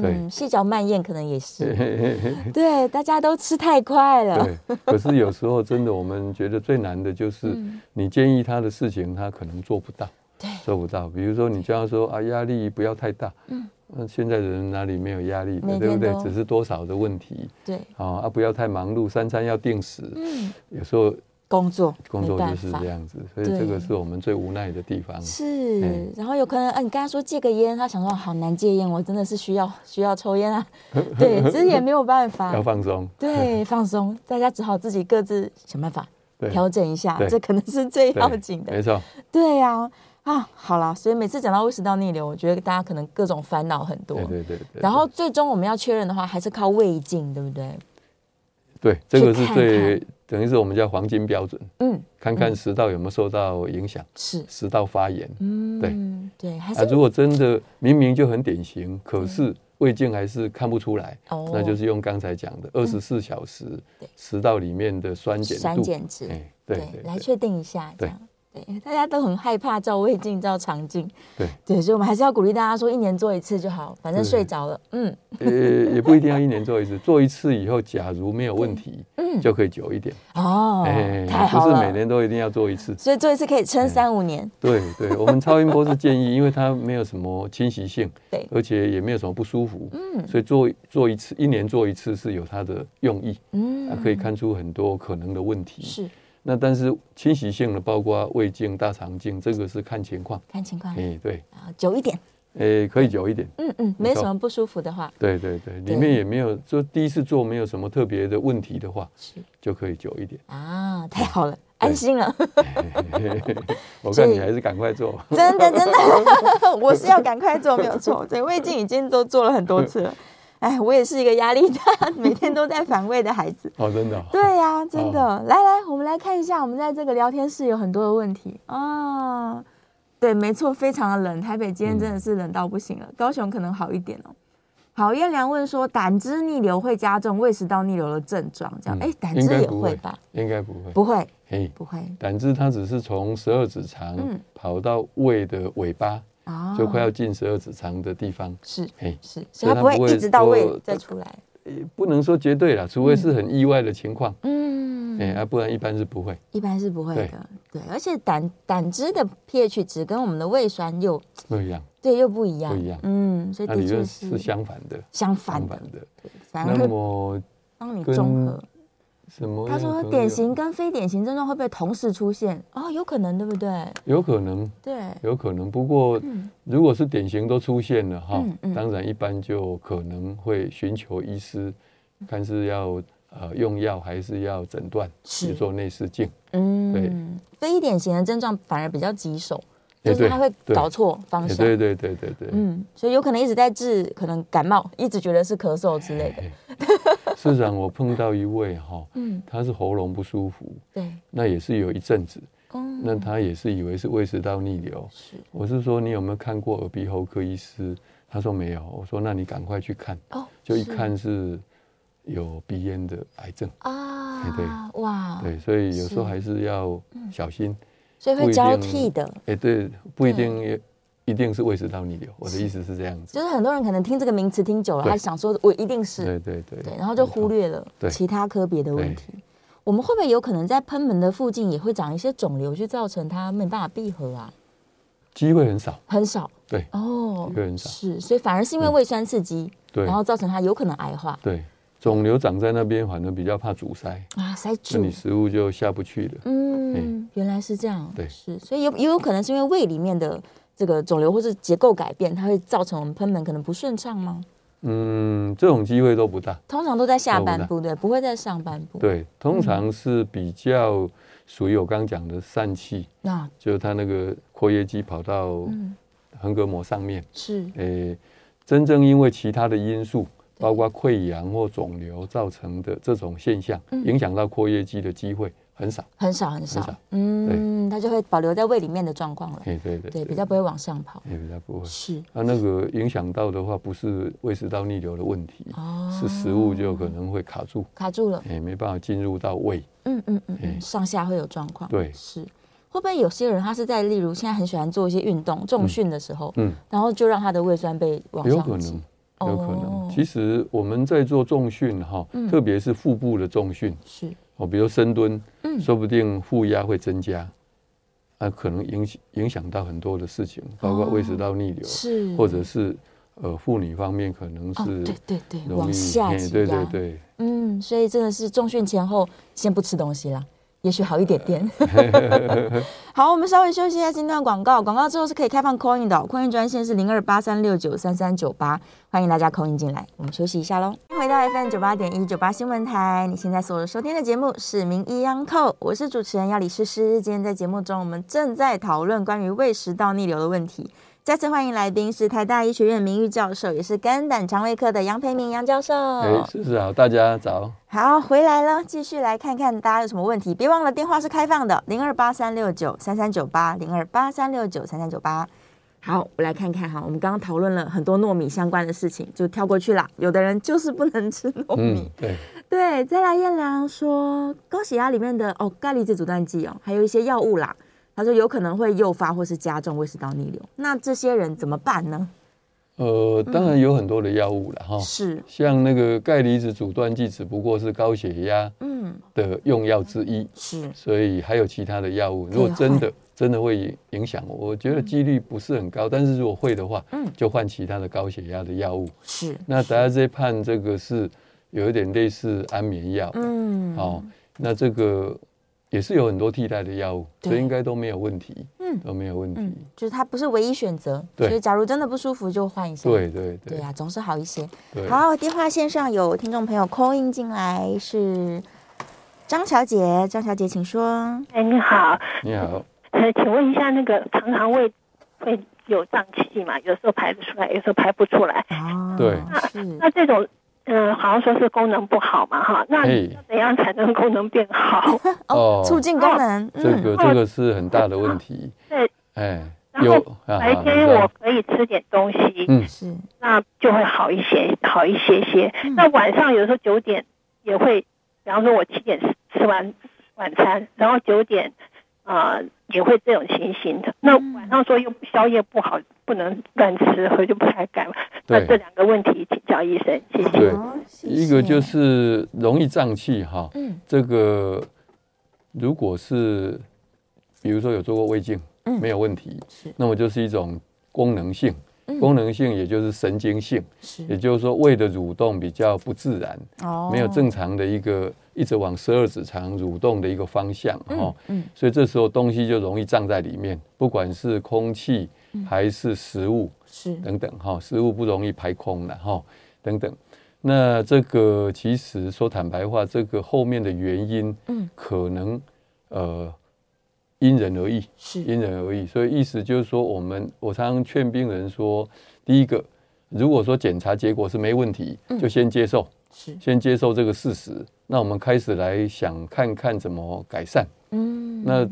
S3: 对
S2: 嗯，细嚼慢咽可能也 是，
S3: 对，
S2: 对，大家都吃太快了，
S3: 可是有时候真的，我们觉得最难的就是
S2: 嗯
S3: 你建议他的事情，他可能做不到，
S2: 对
S3: 做不到。比如说你叫他说啊，压力不要太大，
S2: 嗯，
S3: 那现在的人哪里没有压力
S2: 每
S3: 的，对不
S2: 天
S3: 对
S2: 都？
S3: 只是多少的问题
S2: 对，
S3: 啊，啊，不要太忙碌，三餐要定时。
S2: 嗯，
S3: 有时候
S2: 工作
S3: 工作
S2: 没办
S3: 就是
S2: 法
S3: 这样子，所以
S2: 对
S3: 这个是我们最无奈的地方。
S2: 是
S3: 哎，
S2: 然后有可能，啊，你刚才说戒个烟，他想说好难戒烟，我真的是需要 需要抽烟啊，对，这也没有办
S3: 要
S2: 法，
S3: 放松，
S2: 对，放松，大家只好自己各自想办法
S3: 对
S2: 调整一下，
S3: 对
S2: 这可能是最
S3: 对
S2: 要紧的，
S3: 没错，
S2: 对呀，啊，好啦，所以每次讲到胃食道逆流，我觉得大家可能各种烦恼很多
S3: 对，对对对。
S2: 然后最终我们要确认的话，还是靠胃镜，对不对？
S3: 对这个是
S2: 去看
S3: 最等于是我们叫黄金标准，
S2: 嗯，
S3: 看看食道有没有受到影响，
S2: 是，
S3: 食道发炎
S2: 嗯，对，还
S3: 啊。
S2: 是
S3: 如果真的明明就很典型，可是胃镜还是看不出来，
S2: 嗯哦嗯
S3: 那就是用刚才讲的二十四小时食道里面的酸碱
S2: 酸
S3: 度，
S2: 碱值，
S3: 哎，对对
S2: 来
S3: 对
S2: 确定一下，这
S3: 对
S2: 样。对，大家都很害怕照胃镜、照肠镜，
S3: 对，
S2: 对，所以我们还是要鼓励大家说，一年做一次就好，反正
S3: 对
S2: 睡着了，嗯
S3: 呃，也不一定要一年做一次，做一次以后，假如没有 问题，
S2: 嗯，
S3: 就可以久一点。
S2: 哦，
S3: 哎，
S2: 太好
S3: 不
S2: 了，
S3: 是每年哎都一定要做一次。
S2: 所以做一次可以撑三五年，
S3: 对对，我们超音波是建议，因为它没有什么侵袭性，
S2: 对，
S3: 而且也没有什么不舒服，
S2: 嗯
S3: 所以做做一次，一年做一次是有它的用意，它
S2: 嗯，
S3: 啊可以看出很多可能的问题。
S2: 是
S3: 那但是侵袭性的，包括胃镜、大肠镜，这个是看情况。
S2: 看情况，
S3: 哎，对，
S2: 啊，久一点，
S3: 哎，可以久一点。
S2: 嗯嗯，没
S3: 没错
S2: 什么不舒服的话，
S3: 对对对，
S2: 对
S3: 里面也没有，就第一次做没有什么特别的问题的话，
S2: 是
S3: 就可以久一点。
S2: 啊，太好了，
S3: 对
S2: 安心了，
S3: 我
S2: 所
S3: 看
S2: 以
S3: 你还是赶快做吧。
S2: 真 的真的， 我是要赶快做，没有错。对，胃镜已经都做了很多次 了。哎，我也是一个压力大、每天都在反胃的孩 子。
S3: 哦，真的哦、
S2: 对呀、真的。来来，我们来看一下，我们在这个聊天室有很多的问题啊、哦。对，没错，非常的冷。台北今天真的是冷到不行
S3: 嗯
S2: 了，高雄可能好一点哦。好，燕良问说，胆汁逆流会加重胃食道逆流的症状，这样？
S3: 嗯
S2: 哎、胆
S3: 应
S2: 汁
S3: 该
S2: 也
S3: 不
S2: 会吧？
S3: 应该不会。哎
S2: 不会，
S3: 嘿，
S2: 不会
S3: 胆汁它只是从十二指肠
S2: 嗯
S3: 跑到胃的尾巴，
S2: 啊，
S3: 就快要进十二指肠的地方。
S2: 是
S3: 嘿，
S2: 是，所
S3: 所
S2: 以它
S3: 以它
S2: 不会
S3: 不会
S2: 一直到
S3: 说
S2: 胃再出来。
S3: 呃不能说绝对啦，除非是很意外的情况，
S2: 嗯，
S3: 哎、啊，不然一般是不会。
S2: 一般是不会的，对，而且胆胆汁的 pH 值跟我们的胃酸又
S3: 不一样，
S2: 对又不一样，
S3: 不一样
S2: 嗯，所以
S3: 它
S2: 的
S3: 理
S2: 确
S3: 论
S2: 是
S3: 是相反的，
S2: 相反
S3: 相
S2: 的
S3: 反，的。
S2: 对反而
S3: 那
S2: 会
S3: 么
S2: 帮你
S3: 跟
S2: 综合。
S3: 什么
S2: 他
S3: 样
S2: 说
S3: 可能
S2: 典
S3: 有
S2: 型跟非典型症状会不会同时出现？哦，有可能，对不对？
S3: 有可能，
S2: 对，
S3: 有可能。不过
S2: 嗯
S3: 如果是典型都出现了哈
S2: 嗯，嗯
S3: 当然一般就可能会寻求医师，看是要呃用药还是要诊断，
S2: 是
S3: 去做内视镜。
S2: 嗯，非典型的症状反而比较棘手，
S3: 哎
S2: 就是他会
S3: 对
S2: 搞错方
S3: 哎
S2: 向。
S3: 对对对对对，
S2: 嗯，所以有可能一直在治，可能感冒，一直觉得是咳嗽之类的。
S3: 市长，我碰到一位哈，
S2: 嗯，
S3: 他是喉咙不舒服，
S2: 对，
S3: 那也是有一阵子，
S2: 嗯，
S3: 那他也是以为是胃食道逆流。
S2: 是
S3: 我是说，你有没有看过耳鼻喉科医师？他说没有。我说那你赶快去看，
S2: 哦，
S3: 就一
S2: 是
S3: 看是有鼻咽的癌症。哎对
S2: 啊，哇，
S3: 对，所以有时候
S2: 是
S3: 还是要小心。
S2: 所以
S3: 不
S2: 会
S3: 一
S2: 交
S3: 定
S2: 替的。
S3: 哎、对，不一
S2: 对
S3: 定也一定是胃食道逆流。我的意思是这样子。
S2: 就是很多人可能听这个名词听久了，
S3: 对
S2: 他想说我一定是
S3: 对对对。
S2: 对，然后就忽略了
S3: 对
S2: 其他科别的问题。我们会不会有可能在喷门的附近也会长一些肿瘤，去造成它没办法闭合啊？
S3: 机会很少。
S2: 很少
S3: 对
S2: 哦
S3: 机，会很少。
S2: 是，所以反而是因为
S3: 嗯
S2: 胃酸刺激，
S3: 对
S2: 然后造成它有可能癌化
S3: 对，肿瘤长在那边，反而比较怕阻塞，
S2: 啊，塞
S3: 那
S2: 住
S3: 你。食物就下不去了。
S2: 嗯，原来是这样。
S3: 对
S2: 是，所以有也有可能是因为胃里面的这个肿瘤或是结构改变，它会造成我们喷门可能不顺畅吗？
S3: 嗯，这种机会都不大。
S2: 通常都在下
S3: 都不大
S2: 半部，对，不会在上半部。，
S3: 对，通常是比较属于我刚刚讲的疝气，
S2: 那
S3: 就是它那个括约肌跑到
S2: 嗯
S3: 横膈膜上面。
S2: 是
S3: 诶、真正因为其他的因素，包括溃疡或肿瘤造成的这种现象，
S2: 嗯
S3: 影响到括约肌的机会很少。
S2: 很少很少
S3: 很少，
S2: 嗯，它就会保留在胃里面的状况了，
S3: 诶、对对
S2: 对，比较不会往上跑，
S3: 也比较不会。
S2: 是
S3: 它、那个影响到的话，不是胃食道逆流的问题，
S2: 哦，
S3: 是食物就可能会卡住，
S2: 卡住了，
S3: 诶、没办法进入到胃。
S2: 嗯嗯嗯嗯，
S3: 哎
S2: 上下会有状况，
S3: 对
S2: 是会不会有些人他是在例如现在很喜欢做一些运动重训的时候，
S3: 嗯，
S2: 然后就让他的胃酸被往
S3: 有
S2: 上
S3: 可
S2: 挤
S3: 能，有可能。
S2: 哦嗯
S3: 其实我们在做重训哈，特别是腹部的重训
S2: 是
S3: 哦，比如深蹲，
S2: 嗯
S3: 说不定负压会增加，啊，可能影响影响到很多的事情，包括胃食道逆流，
S2: 哦是，
S3: 或者是呃妇女方面可能
S2: 哦
S3: 是
S2: 对对对，
S3: 容
S2: 往
S3: 易
S2: 下
S3: 嘿
S2: 挤啊
S3: 对
S2: 压
S3: 对对，
S2: 嗯，所以真的是重训前后先不吃东西啦，也许好一点点。好，我们稍微休息一下，进段广告。广告之后是可以开放 call in 的哦，call in 专线是零二八三六九三三九八，欢迎大家 call in 进来。我们休息一下喽。欢迎回到 FM 九八点一九八新闻台，你现在所收听的节目是《名医央叩》，我是主持人要李诗诗。今天在节目中，我们正在讨论关于胃食道逆流的问题。再次欢迎来宾是台大医学院名誉教授，也是肝胆肠胃科的杨培明杨教授。
S3: 哎，是是好，大家
S2: 哦
S3: 早，
S2: 好，回来了，继续来看看大家有什么问题。别忘了电话是开放的，零二八三六九三三九八，零二八三六九三三九八。好，我来看看哈，我们刚刚讨论了很多糯米相关的事情，就跳过去啦。有的人就是不能吃糯米。
S3: 嗯，对，
S2: 对，再来燕良说，高血压里面的哦钙离子阻断剂哦，还有一些药物啦，他说有可能会诱发或是加重胃食道逆流。那这些人怎么办呢？
S3: 呃，当然有很多的药物了哈，
S2: 是，
S3: 像那个钙离子阻断剂，只不过是高血压
S2: 嗯，
S3: 的用药之一，
S2: 是
S3: 所以还有其他的药物，
S2: 以
S3: 如果真
S2: 换
S3: 的真的会影响我，我觉得几率不是很高。但是如果会的话，
S2: 嗯
S3: 就换其他的高血压的药物。
S2: 是，
S3: 那达这判这个是有一点类似安眠药，
S2: 嗯，
S3: 哦，那这个也是有很多替代的药物，
S2: 对
S3: 所以应该都没有问题，
S2: 嗯
S3: 都没有问题。
S2: 嗯，就是它不是唯一选择，
S3: 对
S2: 所以假如真的不舒服就换一下。
S3: 对对
S2: 对
S3: 对
S2: 啊，总是好一些。
S3: 对，
S2: 好，电话线上有听众朋友 call in 进来，是张小姐，张小姐请说。
S4: 哎，你好，
S3: 你
S2: 哦
S3: 好，
S4: 呃，请问一下，那个常常胃会有胀气嘛？有时候排得出来，有时候排不出来。
S2: 哦，
S3: 对
S2: 是
S4: 那这种，嗯、好像说是功能不好嘛，哈。那
S3: 哎
S4: 怎样才能功能变好？
S2: 哦
S3: 哦，
S2: 促进功能，嗯
S3: 这个这个是很大的问题，
S4: 嗯对，
S3: 哎，
S4: 然
S3: 有
S4: 后
S3: 啊
S4: 白
S3: 好
S4: 天
S3: 你
S4: 我
S3: 说
S4: 可以吃点东西，
S3: 嗯
S2: 是
S4: 那就会好一些，好一些些。
S2: 嗯
S4: 那晚上有时候九点也会，比方说我七点吃吃完晚餐，然后九点，呃也会这种情形的。那
S3: 嗯
S4: 晚上说又宵夜不好，不能乱吃喝，就不太敢。那
S3: 对
S4: 这两个问题请教医生，谢谢。
S3: 对
S2: 好哦谢
S3: 一个
S2: 谢
S3: 就是容易胀气哈，
S2: 嗯
S3: 这个如果是比如说有做过胃镜，
S2: 嗯
S3: 没有问题，
S2: 是
S3: 那么就是一种功能性，
S2: 嗯
S3: 功能性也就是神经性，也
S2: 是
S3: 就是说胃的蠕动比较不自然，
S2: 哦
S3: 没有正常的一个一直往十二指肠蠕动的一个方向哈、
S2: 嗯嗯
S3: 所以这时候东西就容易胀在里面，不管是空气
S2: 嗯
S3: 还是食物。
S2: 是
S3: 等等哈，食物不容易排空了哈，等等。那这个其实说坦白话，这个后面的原因，
S2: 嗯，
S3: 可能呃因人而异，
S2: 是
S3: 因人而异。所以意思就是说，我们我常常劝病人说，第一个，如果说检查结果是没问题，
S2: 嗯
S3: 就先接受，
S2: 是
S3: 先接受这个事实。那我们开始来想看看怎么改善。
S2: 嗯
S3: 那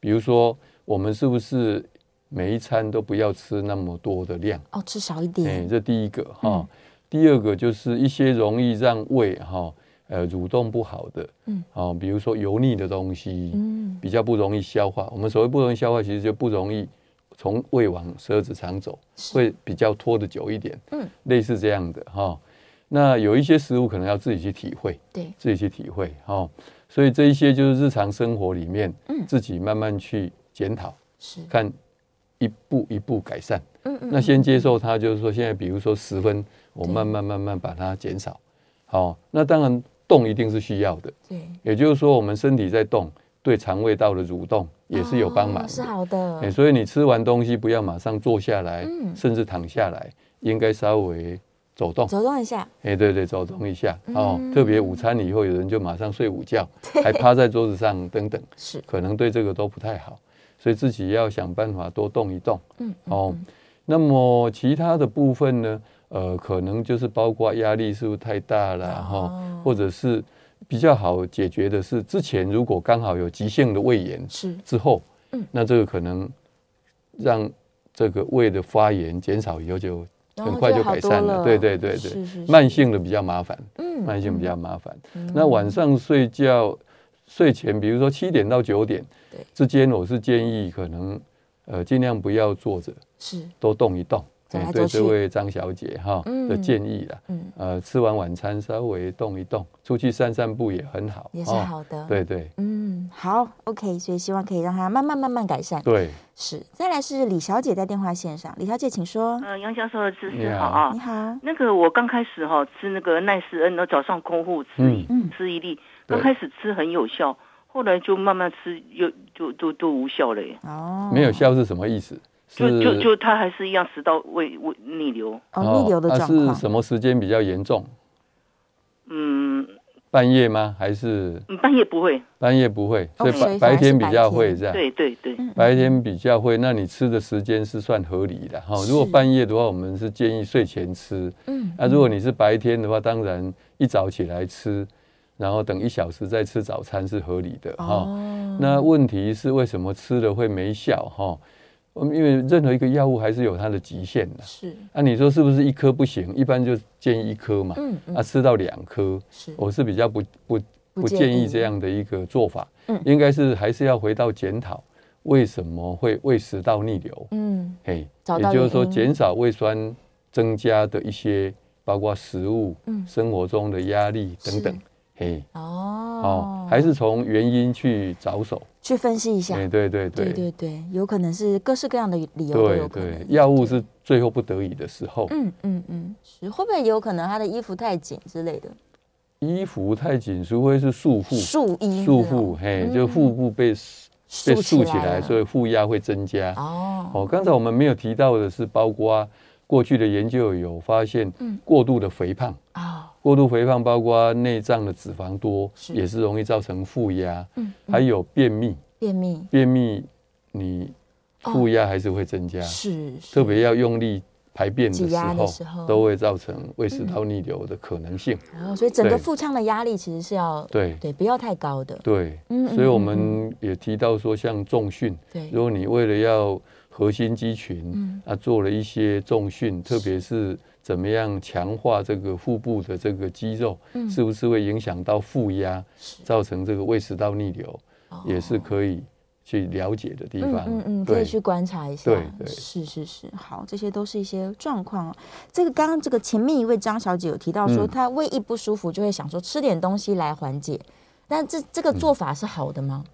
S3: 比如说，我们是不是每一餐都不要吃那么多的量？
S2: 哦吃少一
S3: 哎，
S2: 点
S3: 这第一个哈、
S2: 嗯
S3: 第二个就是一些容易让胃哈、呃蠕动不好的，
S2: 嗯，
S3: 哦，比如说油腻的东西，
S2: 嗯
S3: 比较不容易消化。我们所谓不容易消化，其实就不容易从胃往十二指肠走，
S2: 是
S3: 会比较拖得久一点，
S2: 嗯，
S3: 类似这样的哈、那有一些食物可能要自己去体会，
S2: 对
S3: 自己去体会哈、所以这一些就是日常生活里面，
S2: 嗯
S3: 自己慢慢去检讨，
S2: 是
S3: 看一步一步改善。
S2: 嗯嗯
S3: 那先接受它，就是说现在比如说十分，我
S2: 对
S3: 慢慢慢慢把它减少。好，那当然动一定是需要的，
S2: 对
S3: 也就是说我们身体在动，对肠胃道的蠕动也是有帮忙
S2: 哦是
S3: 的。
S2: 好的
S3: 哎所以你吃完东西不要马上坐下来，
S2: 嗯
S3: 甚至躺下来，应该稍微走动。
S2: 走动一下
S3: 哎，对对，走动一下哦。
S2: 嗯
S3: 特别午餐以后，有人就马上睡午觉，还趴在桌子上等等，
S2: 是
S3: 可能对这个都不太好，所以自己要想办法多动一动。
S2: 嗯嗯
S3: 哦，那么其他的部分呢？呃，可能就是包括压力是不是太大了哈、
S2: 哦
S3: 或者是比较好解决的是，之前如果刚好有急性的胃炎
S2: 是
S3: 之后，
S2: 嗯
S3: 那这个可能让这个胃的发炎减少以后就
S2: 然
S3: 很
S2: 后
S3: 快
S2: 就
S3: 就
S2: 好
S3: 改
S2: 多
S3: 善了对对对对
S2: 是是是
S3: 慢性的比较麻烦，
S2: 嗯
S3: 慢性比较
S2: 嗯
S3: 麻烦。那晚上睡觉睡前，比如说七点到九点
S2: 对
S3: 之间，我是建议可能呃尽量不要坐着。
S2: 是
S3: 多动一动。
S2: 走来
S3: 哎
S2: 走
S3: 对
S2: 去
S3: 这位张小姐哈
S2: 嗯
S3: 的建议啦，
S2: 嗯
S3: 呃，吃完晚餐稍微动一动，出去散散步也很好，
S2: 也是
S3: 哦
S2: 好的
S3: 对对
S2: 嗯好 OK，所以希望可以让它慢慢慢慢改善
S3: 对，
S2: 是再来是李小姐在电话线上李小姐请说
S5: 嗯，杨教授的知
S3: 你
S5: 识
S3: 好
S5: 好啊
S2: 你。好
S5: 那个我刚开始哈、吃那个奈斯恩，然后早上空腹吃一、
S2: 嗯
S5: 吃一粒，
S3: 对
S5: 刚开始吃很有效，后来就慢慢吃又就就就无效了耶，
S2: 哦
S3: 没有效是什么意思？
S5: 就是就就他还是一样食道胃胃逆流，
S2: 哦逆流的
S3: 啊
S2: 状
S3: 是
S2: 况
S3: 什么时间比较严重？
S5: 嗯，
S3: 半夜吗？还是
S5: 嗯半夜不会，
S3: 半夜不会？
S2: 哦所
S3: 所
S2: 以
S3: 以
S2: 反而
S3: 白白
S2: 是
S3: 天比
S2: 白
S3: 较
S2: 天
S3: 会这样。
S5: 对对对，
S4: 嗯
S3: 白天比较会，那你吃的时间是算合理的哈。如果
S2: 是
S3: 半夜的话，我们是建议睡前吃。
S2: 嗯
S3: 那、如果你是白天的话，当然一早起来吃，然后等一小时再吃早餐是合理的哈、
S2: 哦
S3: 那问题是为什么吃了会没效哈？我们因为任何一个药物还是有它的极限的。
S2: 是
S3: 那、你说是不是一颗不行？一般就建议一颗嘛。
S2: 嗯嗯
S3: 啊，吃到两颗，
S2: 是
S3: 我是比较不不
S2: 不
S3: 不
S2: 建
S3: 建
S2: 议
S3: 议这样的一个做法，
S2: 嗯
S3: 应该是还是要回到检讨为什么会胃食道逆流，
S2: 嗯
S3: 嘿，
S2: 找
S3: 也
S2: 到
S3: 就是说
S2: 原因
S3: 减少胃酸增加的一些，包括食物、
S2: 嗯
S3: 生活中的压力等
S2: 是
S3: 等，嘿，
S2: 哦
S3: 哦，还是从原因去着手，
S2: 去分析一下
S3: 哎，对对
S2: 对
S3: 对
S2: 对对有可能是各式各样的理由都有
S3: 对
S2: 可能
S3: 对，药物是最后不得已的时候，
S2: 嗯嗯嗯是会不会有可能她的衣服太紧之类的
S3: 衣服太紧，除非是束缚，
S2: 束衣
S3: 束
S2: 那种
S3: 缚，嘿，
S2: 嗯
S3: 就腹部被被
S2: 起
S3: 束起来，
S2: 了
S3: 所以负压会增加。
S2: 哦
S3: 哦，刚才我们没有提到的是，包括过去的研究有发现，
S2: 嗯
S3: 过度的肥胖，
S2: 哦
S3: 过度肥胖包括内脏的脂肪多，
S2: 是
S3: 也是容易造成负压，
S2: 嗯
S3: 还有便秘，
S2: 便秘
S3: 便秘你负压还是会增加，
S2: 哦是是
S3: 啊特别要用力排便的
S2: 挤
S3: 时
S2: 压的
S3: 候，
S2: 时候嗯
S3: 都会造成胃食道逆流的可能性。
S2: 哦，所以整个
S3: 对
S2: 腹腔的压力其实是要
S3: 对
S2: 对，不要太高的。
S3: 对，
S2: 嗯
S3: 所以我
S2: 嗯
S3: 们也提到说，像重训，
S2: 对
S3: 如果你为了要核心肌群，
S2: 嗯
S3: 啊，做了一些重训，特别是怎么样强化这个腹部的这个肌肉，
S2: 嗯
S3: 是不是会影响到负压，
S2: 是
S3: 造成这个胃食道逆流，也是可以去了解的地
S2: 哦嗯
S3: 方。
S2: 嗯嗯，可
S3: 对
S2: 以去观察一下。
S3: 对对
S2: 是是是，好，这些都是一些状况哦。这个刚刚这个前面一位张小姐有提到说，
S3: 嗯
S2: 她胃一不舒服就会想说吃点东西来缓解，但这这
S3: 嗯
S2: 个做法是好的吗？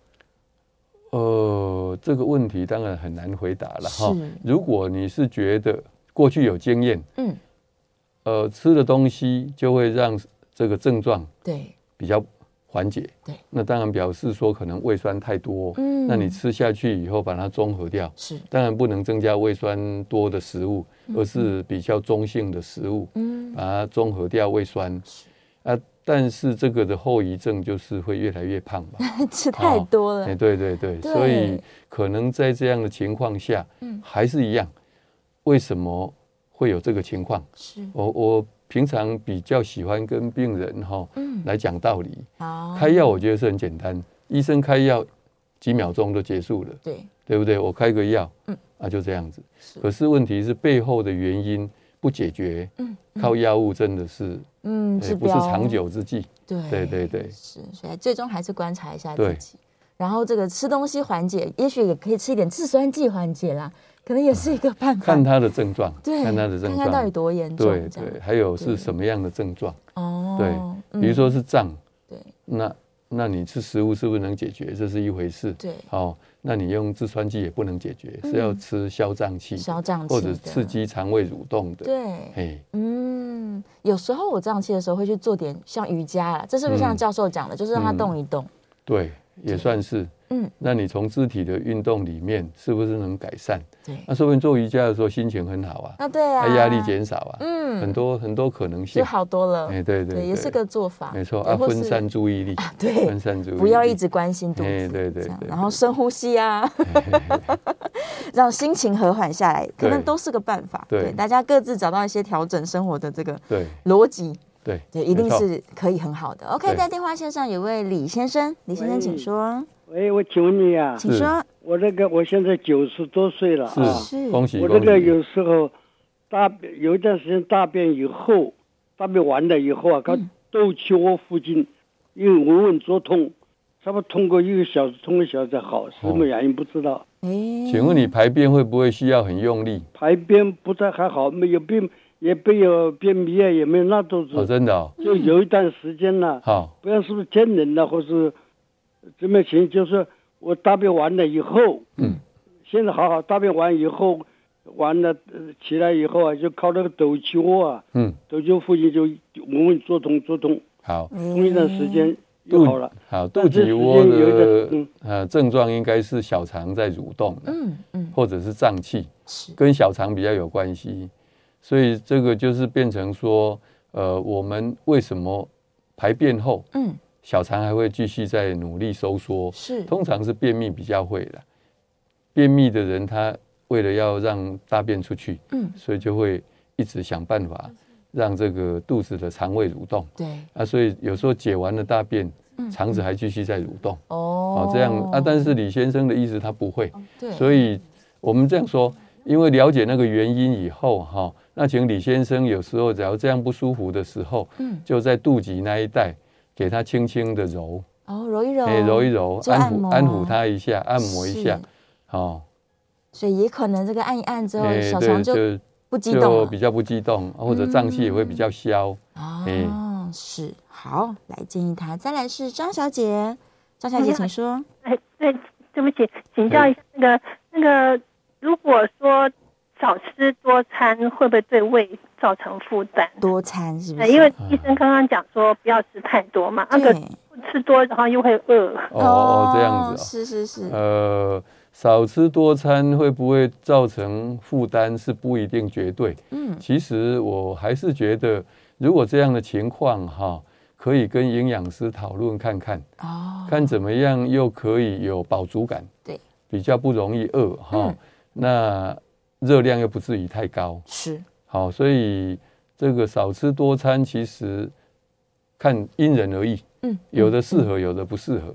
S3: 呃，这个问题当然很难回答了哈
S2: 是。
S3: 如果你是觉得过去有经验，
S2: 嗯，
S3: 呃，吃的东西就会让这个症状
S2: 对，
S3: 比较缓解，
S2: 对
S3: 那当然表示说可能胃酸太多，
S2: 嗯
S3: 那你吃下去以后把它中和掉，
S2: 是，
S3: 当然不能增加胃酸多的食物，而是比较中性的食物，
S2: 嗯
S3: 把它中和掉胃酸
S2: 是，
S3: 啊，但是这个的后遗症就是会越来越胖 吧。
S2: 吃太多了，
S3: 哎，对对对，
S2: 对
S3: 所以可能在这样的情况下，
S2: 嗯
S3: 还是一样，为什么会有这个情况？
S2: 是，
S3: 我我平常比较喜欢跟病人哈、
S2: 嗯，
S3: 来讲道理，
S2: 好，
S3: 开药我觉得是很简单，医生开药几秒钟就结束了，
S2: 对，
S3: 对不对？我开个药，
S2: 嗯
S3: 啊就这样子。
S2: 是
S3: 可是问题是背后的原因不解决，
S2: 嗯
S3: 靠药物真的是
S2: 嗯，
S3: 哎
S2: 指
S3: 不是
S2: 标
S3: 长，久之计。
S2: 对
S3: 对对对
S2: 是，所以最终还是观察一下自
S3: 对
S2: 己，然后这个吃东西缓解，也许也可以吃一点制酸剂缓解啦，可能也是一个办法。
S3: 看他的症状，
S2: 对，
S3: 看他的症
S2: 看
S3: 状，
S2: 看到底多严重，
S3: 对
S2: 这样
S3: 对，还有是
S2: 对
S3: 什么样的症状？
S2: 哦，嗯
S3: 比如说是胀，
S2: 对
S3: 那那你吃食物是不是能解决？这是一回事。
S2: 对嗯
S3: 好、那你用制酸剂也不能解决，是要吃消胀气的，
S2: 消胀气
S3: 或者
S2: 的
S3: 刺激肠胃蠕动的。
S2: 对，
S3: 嘿，
S2: 嗯，有时候我胀气的时候会去做点像瑜伽啦，这是不是像
S3: 嗯
S2: 教授讲的，就是让它
S3: 嗯
S2: 动一动？
S3: 对，也算是。
S2: 嗯，
S3: 那你从肢体的运动里面，是不是能改善？
S2: 对，
S3: 那说不定做瑜伽的时候心情很好啊，
S2: 那对啊，
S3: 那啊压力减少啊，
S2: 嗯
S3: 很多很多可能性
S2: 就。好多了。
S3: 哎，对对
S2: 对，也是个做法，
S3: 没错
S2: 对
S3: 啊，
S2: 或
S3: 分
S2: 是啊
S3: 散注意力，
S2: 对
S3: 分散注意力，
S2: 不要一直关心肚子，
S3: 哎对对
S2: 这样
S3: 对
S2: 然后深呼吸 啊，让心情和缓下来，可能
S3: 对
S2: 都是个办法。
S3: 对
S2: 大家各自找到一些调整生活的这个
S3: 对
S2: 逻辑，
S3: 对
S2: 对，一定
S3: 没错
S2: 是可以很好的。OK，
S3: 对
S2: 在电话线上有位李先生，李先生，
S6: 喂
S2: 请说，哎
S6: 喂，我请问你啊，
S2: 请说。
S6: 我这个我现在九十多岁了啊，
S2: 是
S3: 是恭喜
S6: 我
S3: 恭喜。
S6: 这个有时候大便有一段时间大便以后，大便完了以后啊，刚肚脐窝附近因为微微作痛，差不多痛过一个小时，痛一个小时才好，什么原因不知道。
S2: 哎，
S3: 请问你排便会不会需要很用力？
S6: 排便不太还好，没有便也没有便秘啊，也没有拉肚
S3: 哦，
S6: 子，
S3: 真的哦，
S6: 就有一段时间了、
S3: 好，
S6: 不知道是不是天冷了，或是怎么情，就是我大便完了以后，
S3: 嗯，
S6: 现在好好大便完以后，完了、呃起来以后啊，就靠那个斗气窝啊，
S3: 嗯，
S6: 斗气窝附近就闻闻作痛作痛，
S3: 好，
S6: 痛一段时间就好了。
S3: 好，肚
S6: 但是
S3: 脐窝
S6: 时间有一
S3: 的
S6: 个嗯
S3: 呃症状应该是小肠在蠕动的，
S2: 嗯嗯，
S3: 或者是胀气，
S2: 是
S3: 跟小肠比较有关系，所以这个就是变成说，呃，我们为什么排便后
S2: 嗯
S3: 小肠还会继续在努力收缩？
S2: 是
S3: 通常是便秘比较会的，便秘的人他为了要让大便出去，
S2: 嗯
S3: 所以就会一直想办法让这个肚子的肠胃蠕动
S2: 对
S3: 啊，所以有时候解完了大便
S2: 嗯，
S3: 肠子还继续在蠕动，
S2: 哦
S3: 哦，这样啊，但是李先生的意思他不会，
S2: 对，
S3: 所以我们这样说，因为了解那个原因以后哈、那请李先生有时候只要这样不舒服的时候，
S2: 嗯
S3: 就在肚脐那一带给他轻轻的揉，
S2: 哦揉一揉，
S3: 哎，揉一揉，
S2: 做
S3: 安
S2: 按
S3: 抚
S2: 摩啊
S3: 安抚他一下，按摩一下
S2: 是，
S3: 哦，
S2: 所以也可能这个按一按之后，
S3: 哎
S2: 小肠就
S3: 就
S2: 不激动啊
S3: 就
S2: 了
S3: 比。较不激动，或者胀气也会比较消。
S2: 哦
S3: 哎，
S2: 是好，来建议他。再来是张小姐，张小姐，
S4: 嗯
S2: 请说。
S4: 哎，对，对不起，请教一下那个那个，如果说少吃多餐，会不会对胃造成负担？
S2: 多餐是不
S4: 呃
S2: 是？
S4: 因为医生刚刚讲说不要吃太多嘛，那个
S2: 对
S4: 吃多然后又会饿。
S3: 哦哦，这样子
S2: 嗯是是是
S3: 哦。，呃，少吃多餐会不会造成负担是不一定绝对。
S2: 嗯，
S3: 其实我还是觉得，如果这样的情况哈、可以跟营养师讨论看看，
S2: 哦，
S3: 看怎么样又可以有饱足感，
S2: 对，
S3: 比较不容易饿哈、
S2: 嗯
S3: 那热量又不至于太高，
S2: 是
S3: 好，所以这个少吃多餐其实看因人而异，
S2: 嗯，
S3: 有的适合，有的不适合，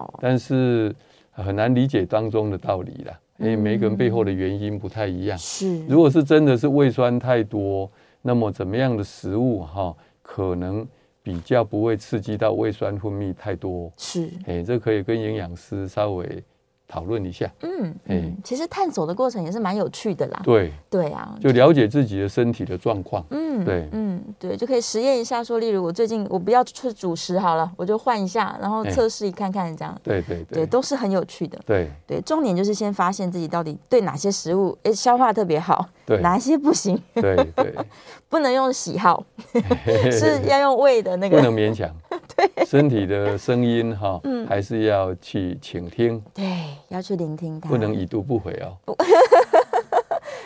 S2: 哦，
S3: 但是很难理解当中的道理啦，因为每个人背后的原因不太一样。
S2: 是
S3: 啊如果是真的是胃酸太多，那么怎么样的食物哈、可能比较不会刺激到胃酸分泌太多？
S2: 是
S3: 哎，这可以跟营养师稍微讨论一下。
S2: 嗯
S3: 哎
S2: 嗯，其实探索的过程也是蛮有趣的啦。
S3: 对，
S2: 对啊，
S3: 就了解自己的身体的状况。
S2: 嗯，
S3: 对
S2: 嗯，对，就可以实验一下，说，例如我最近我不要吃主食好了，我就换一下，然后
S3: 哎
S2: 测试这样，这样，
S3: 对对
S2: 对，
S3: 对
S2: 都是很有趣的。
S3: 对
S2: 对，重点就是先发现自己到底对哪些食物，哎，消化特别好，
S3: 对
S2: 哪些不行，
S3: 对对，
S2: 不能用喜好， 是
S3: 嘿
S2: 要用胃的那
S3: 不能
S2: 个，
S3: 勉 强。对，身体的声音哈
S2: 嗯，
S3: 还是要去倾听，
S2: 对，要去聆听它，
S3: 不能已读不回哦。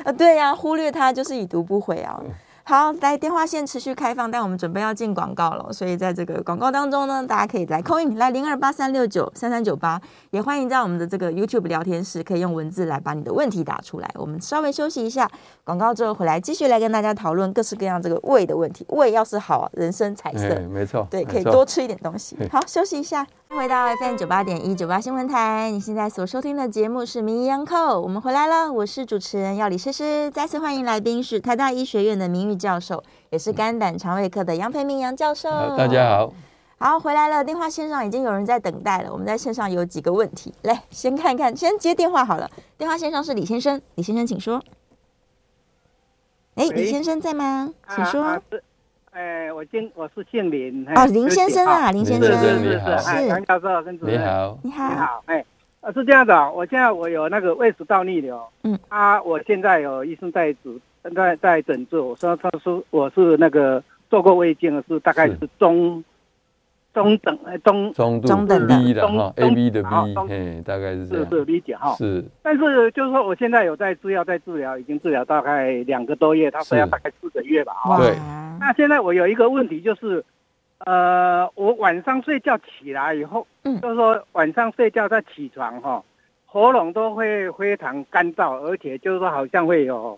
S2: 啊，对呀、忽略它就是已读不回啊。
S3: 嗯
S2: 好，来电话线持续开放，但我们准备要进广告了，所以在这个广告当中呢，大家可以来扣印来零二八三六九三三九八，也欢迎在我们的这个 YouTube 聊天室可以用文字来把你的问题打出来。我们稍微休息一下，广告之后回来继续来跟大家讨论各式各样这个胃的问题。胃要是好，啊人生彩色。
S3: 哎，没错，
S2: 嗯对，可以
S3: 没错
S2: 多吃一点东西
S3: 嘿。
S2: 好，休息一下。回到 FM 九八点一九八新闻台，你现在所收听的节目是《名医央叩》，我们回来了，我是主持人药理诗诗。再次欢迎来宾是台大医学院的名誉教授，也是肝胆肠胃科的杨培明杨教授
S3: 好。呃大家好，
S2: 好，回来了，电话线上已经有人在等待了。我们在线上有几个问题，来先看看，先接电话好了。电话线上是李先生，李先生请说。哎，
S7: 喂
S2: 李先生在吗？请说。
S7: 啊是哎、我姓我是姓林。
S2: 哦，
S7: 哎
S2: 林先生啊，，林先
S3: 林
S7: 对
S3: 先
S2: 生，
S3: 生
S7: 不起是是
S3: 你
S7: 是是，
S3: 好
S7: 哎，
S2: 是
S7: 杨教授跟主
S2: 嗯
S3: 你
S7: 任，
S3: 好，
S2: 你
S7: 你
S2: 好。
S7: 好，哎，呃，是这样的啊，我现在我有那个胃食道逆流，
S2: 嗯，
S7: 啊，我现在有医生在主在在诊治，我说他说我是那个做过胃镜的，是大概
S3: 是
S7: 是中中等呃中
S3: 中度
S2: 中等的
S3: B 的哈
S7: 中
S3: ，A B 的
S7: 好
S3: B，
S7: 中
S3: 嘿，大概是这
S7: 是是
S3: 样，
S7: 理解哈，
S3: 哎是
S7: 但是就是说我现在有在治疗，在治疗，已经治疗大概两个多月，他说
S3: 是
S7: 要大概四个月吧，啊
S2: 哇，
S3: 对
S7: 那现在我有一个问题就是，呃，我晚上睡觉起来以后，
S2: 嗯
S7: 就是说晚上睡觉再起床哈、喉咙都会非常干燥，而且就是说好像会有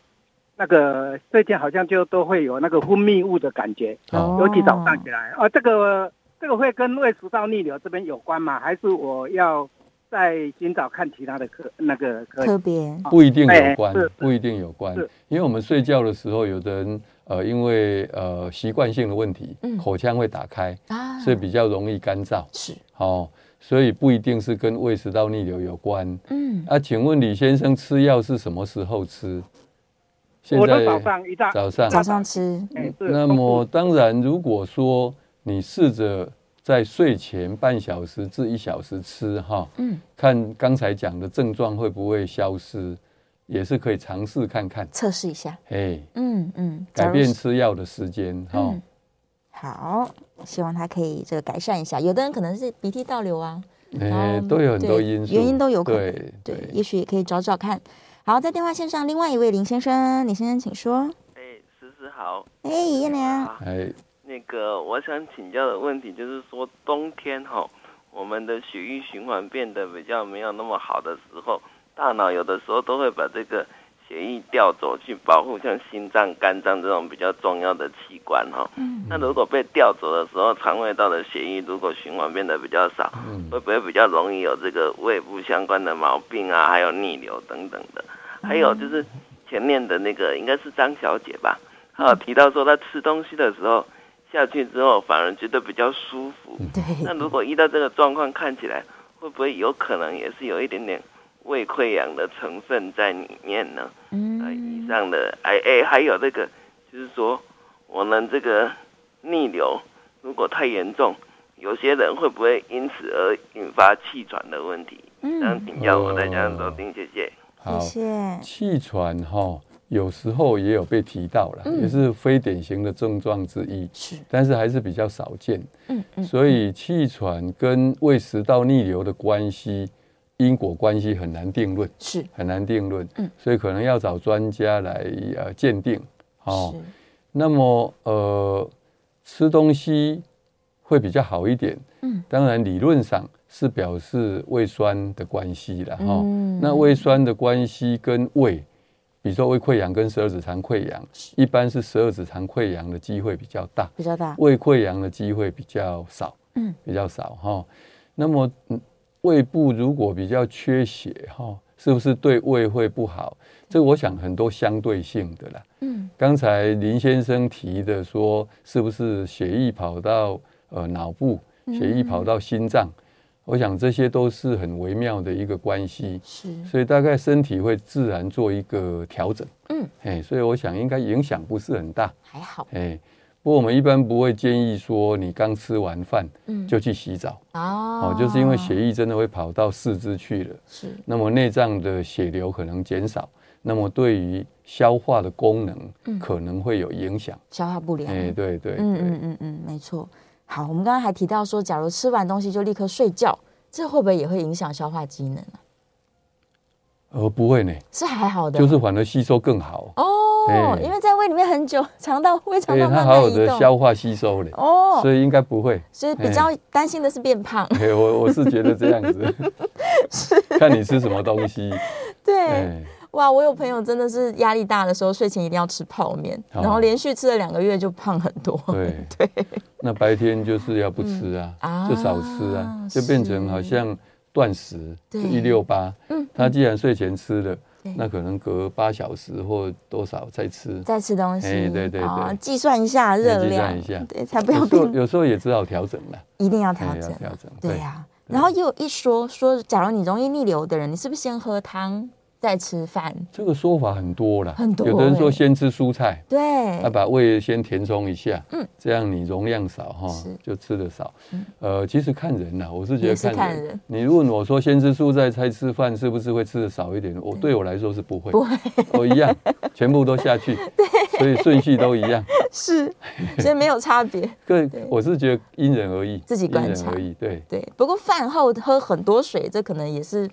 S7: 那个最近好像就都会有那个分泌物的感觉，
S3: 哦，
S7: 尤其早上起来啊、这个这个会跟胃食道逆流这边有关吗？还是我要再今早看其他的科那个科？
S2: 特别
S3: 不一定有
S7: 哎
S3: 关
S7: 是，
S3: 不一定有关
S7: 是，
S3: 因为我们睡觉的时候，有的人呃，因为呃习惯性的问题
S2: 嗯，
S3: 口腔会打开，
S2: 啊
S3: 所以比较容易干燥，
S2: 是
S3: 哦，所以不一定是跟胃食道逆流有关。
S2: 嗯
S3: 啊，请问李先生吃药是什么时候吃？现
S7: 我都早上一大
S3: 早上
S2: 早上吃
S7: 哎是
S3: 那么当然，如果说你试着在睡前半小时至一小时吃哈，
S2: 嗯
S3: 看刚才讲的症状会不会消失，也是可以尝试看看。
S2: 测试一下
S3: 哎，
S2: 嗯嗯
S3: 改
S2: 假
S3: 变
S2: 如是
S3: 吃药的时间哈。
S2: 嗯好，希望他可以这个改善一下。有的人可能是鼻涕倒流啊，
S3: 哎，
S2: 嗯
S3: 都有很多
S2: 对
S3: 因素，
S2: 原因都有可能
S3: 对
S2: 对，也许也可以找找看。好，在电话线上另外一位林先生，林先生请说。
S8: 哎，思思好。
S2: 哎，燕良，
S8: 啊，
S3: 哎，
S8: 那个我想请教的问题就是说，冬天哈、我们的血液循环变得比较没有那么好的时候，大脑有的时候都会把这个血液调走去保护像心脏、肝脏这种比较重要的器官哈、
S2: 嗯
S8: 那如果被调走的时候，肠胃道的血液如果循环变得比较少，
S3: 嗯
S8: 会不会比较容易有这个胃部相关的毛病啊，还有逆流等等的？还有就是前面的那个应该是张小姐吧，她有提到说她吃东西的时候下去之后反而觉得比较舒服。
S2: 对，
S8: 那如果遇到这个状况，看起来会不会有可能也是有一点点胃溃疡的成分在里面呢？呃，以
S2: 嗯，
S8: 上的哎哎，还有这个就是说我们这个逆流如果太严重。有些人会不会因此而引发气喘的问题？
S2: 嗯
S8: 想请教我大家收听，谢谢。
S3: 好，
S2: 谢谢，
S3: 气喘哈，有时候也有被提到了，
S2: 嗯
S3: 也是非典型的症状之一，
S2: 是，
S3: 但是还是比较少见。
S2: 嗯嗯，
S3: 所以气喘跟胃食道逆流的关系因果关系很难定论，
S2: 是
S3: 很难定论。
S2: 嗯
S3: 所以可能要找专家来呃鉴定。
S2: 是，
S3: 哦那么呃，吃东西会比较好一点。
S2: 嗯，
S3: 当然理论上是表示胃酸的关系了哈。
S2: 嗯
S3: 那胃酸的关系跟胃，比如说胃溃疡跟十二指肠溃疡，一般是十二指肠溃疡的机会比较大，
S2: 比较大，
S3: 胃溃疡的机会比较少。
S2: 嗯，
S3: 比较少哈。那么嗯胃部如果比较缺血哈，是不是对胃会不好？这我想很多相对性的啦。
S2: 嗯
S3: 刚才林先生提的
S2: 嗯
S3: 说，是不是血液跑到呃脑部，血液跑到心脏？我想这些都是很微妙的一个关系，
S2: 是，
S3: 所以大概身体会自然做一个调整。
S2: 嗯，
S3: 哎，所以我想应该影响不是很大。
S2: 还好，
S3: 哎，不过我们一般不会建议说你刚吃完饭
S2: 嗯，
S3: 就去洗澡
S2: 哦
S3: 哦，就是因为血液真的会跑到四肢去了，
S2: 是，
S3: 那么内脏的血流可能减少，那么对于消化的功
S2: 嗯
S3: 能可能会有影响。
S2: 消化不良，
S3: 哎，对对
S2: 嗯嗯
S3: 对，
S2: 嗯嗯，没错。好，我们刚刚还提到说，假如吃完东西就立刻睡觉，这会不会也会影响消化机能啊？
S3: 呃，不会呢，
S2: 是还好的，
S3: 就是反而吸收更好，
S2: 哦，
S3: 哎
S2: 因为在胃里面很久，肠道胃肠
S3: 所以
S2: 道
S3: 它
S2: 慢
S3: 好好
S2: 慢移
S3: 的
S2: 动，
S3: 消化吸收嘞，
S2: 哦，
S3: 所以哎应该不会。
S2: 所以比较担心的是变胖，
S3: 哎，我我是觉得这样子， 看你吃什么东西。
S2: 对，
S3: 哎，
S2: 哇，我有朋友真的是压力大的时候，睡前一定要吃泡面，
S3: 哦
S2: 然后连续吃了两个月就胖很多，
S3: 对那白天就是要不吃啊，
S2: 哦嗯
S3: 就少吃啊
S2: 啊，
S3: 就变成好像断食，
S2: 对
S3: 一六八。
S2: 嗯
S3: 他既然睡前吃了
S2: 对，
S3: 那可能隔八小时或多少再吃。
S2: 再吃东西，
S3: 哎对对对哎
S2: 啊计算一下热量，
S3: 计算一下
S2: 对，才不要
S3: 有时候
S2: 变，
S3: 有时候也只好调整了，
S2: 一定要调
S3: 哎
S2: 整
S3: 要
S2: 啊，
S3: 调整。
S2: 对呀、然后又一说说，假如你容易逆流的人，你是不是先喝汤再吃饭？
S3: 这个说法很多啦，
S2: 很多
S3: 有的人
S2: 欸
S3: 说先吃蔬菜，
S2: 对，
S3: 那啊把胃先填充一下，
S2: 哦嗯
S3: 嗯，这样你容量少哈
S2: 是，嗯
S3: 就吃的少。呃，其实看人呐，我是觉
S2: 也
S3: 得
S2: 是
S3: 看人。
S2: 看人
S3: 你问我说先吃蔬菜再吃饭，是不是会吃的少一点？我对我来说是不会，
S2: 不会，
S3: 我一样，全部都 下去，所以顺序都一样。
S2: 是， 所以没有差别。
S3: 各我是觉得因人而异，
S2: 自己
S3: 因
S2: 观
S3: 人
S2: 察
S3: 而异，对。
S2: 对，不过饭后喝很多水，这可能也是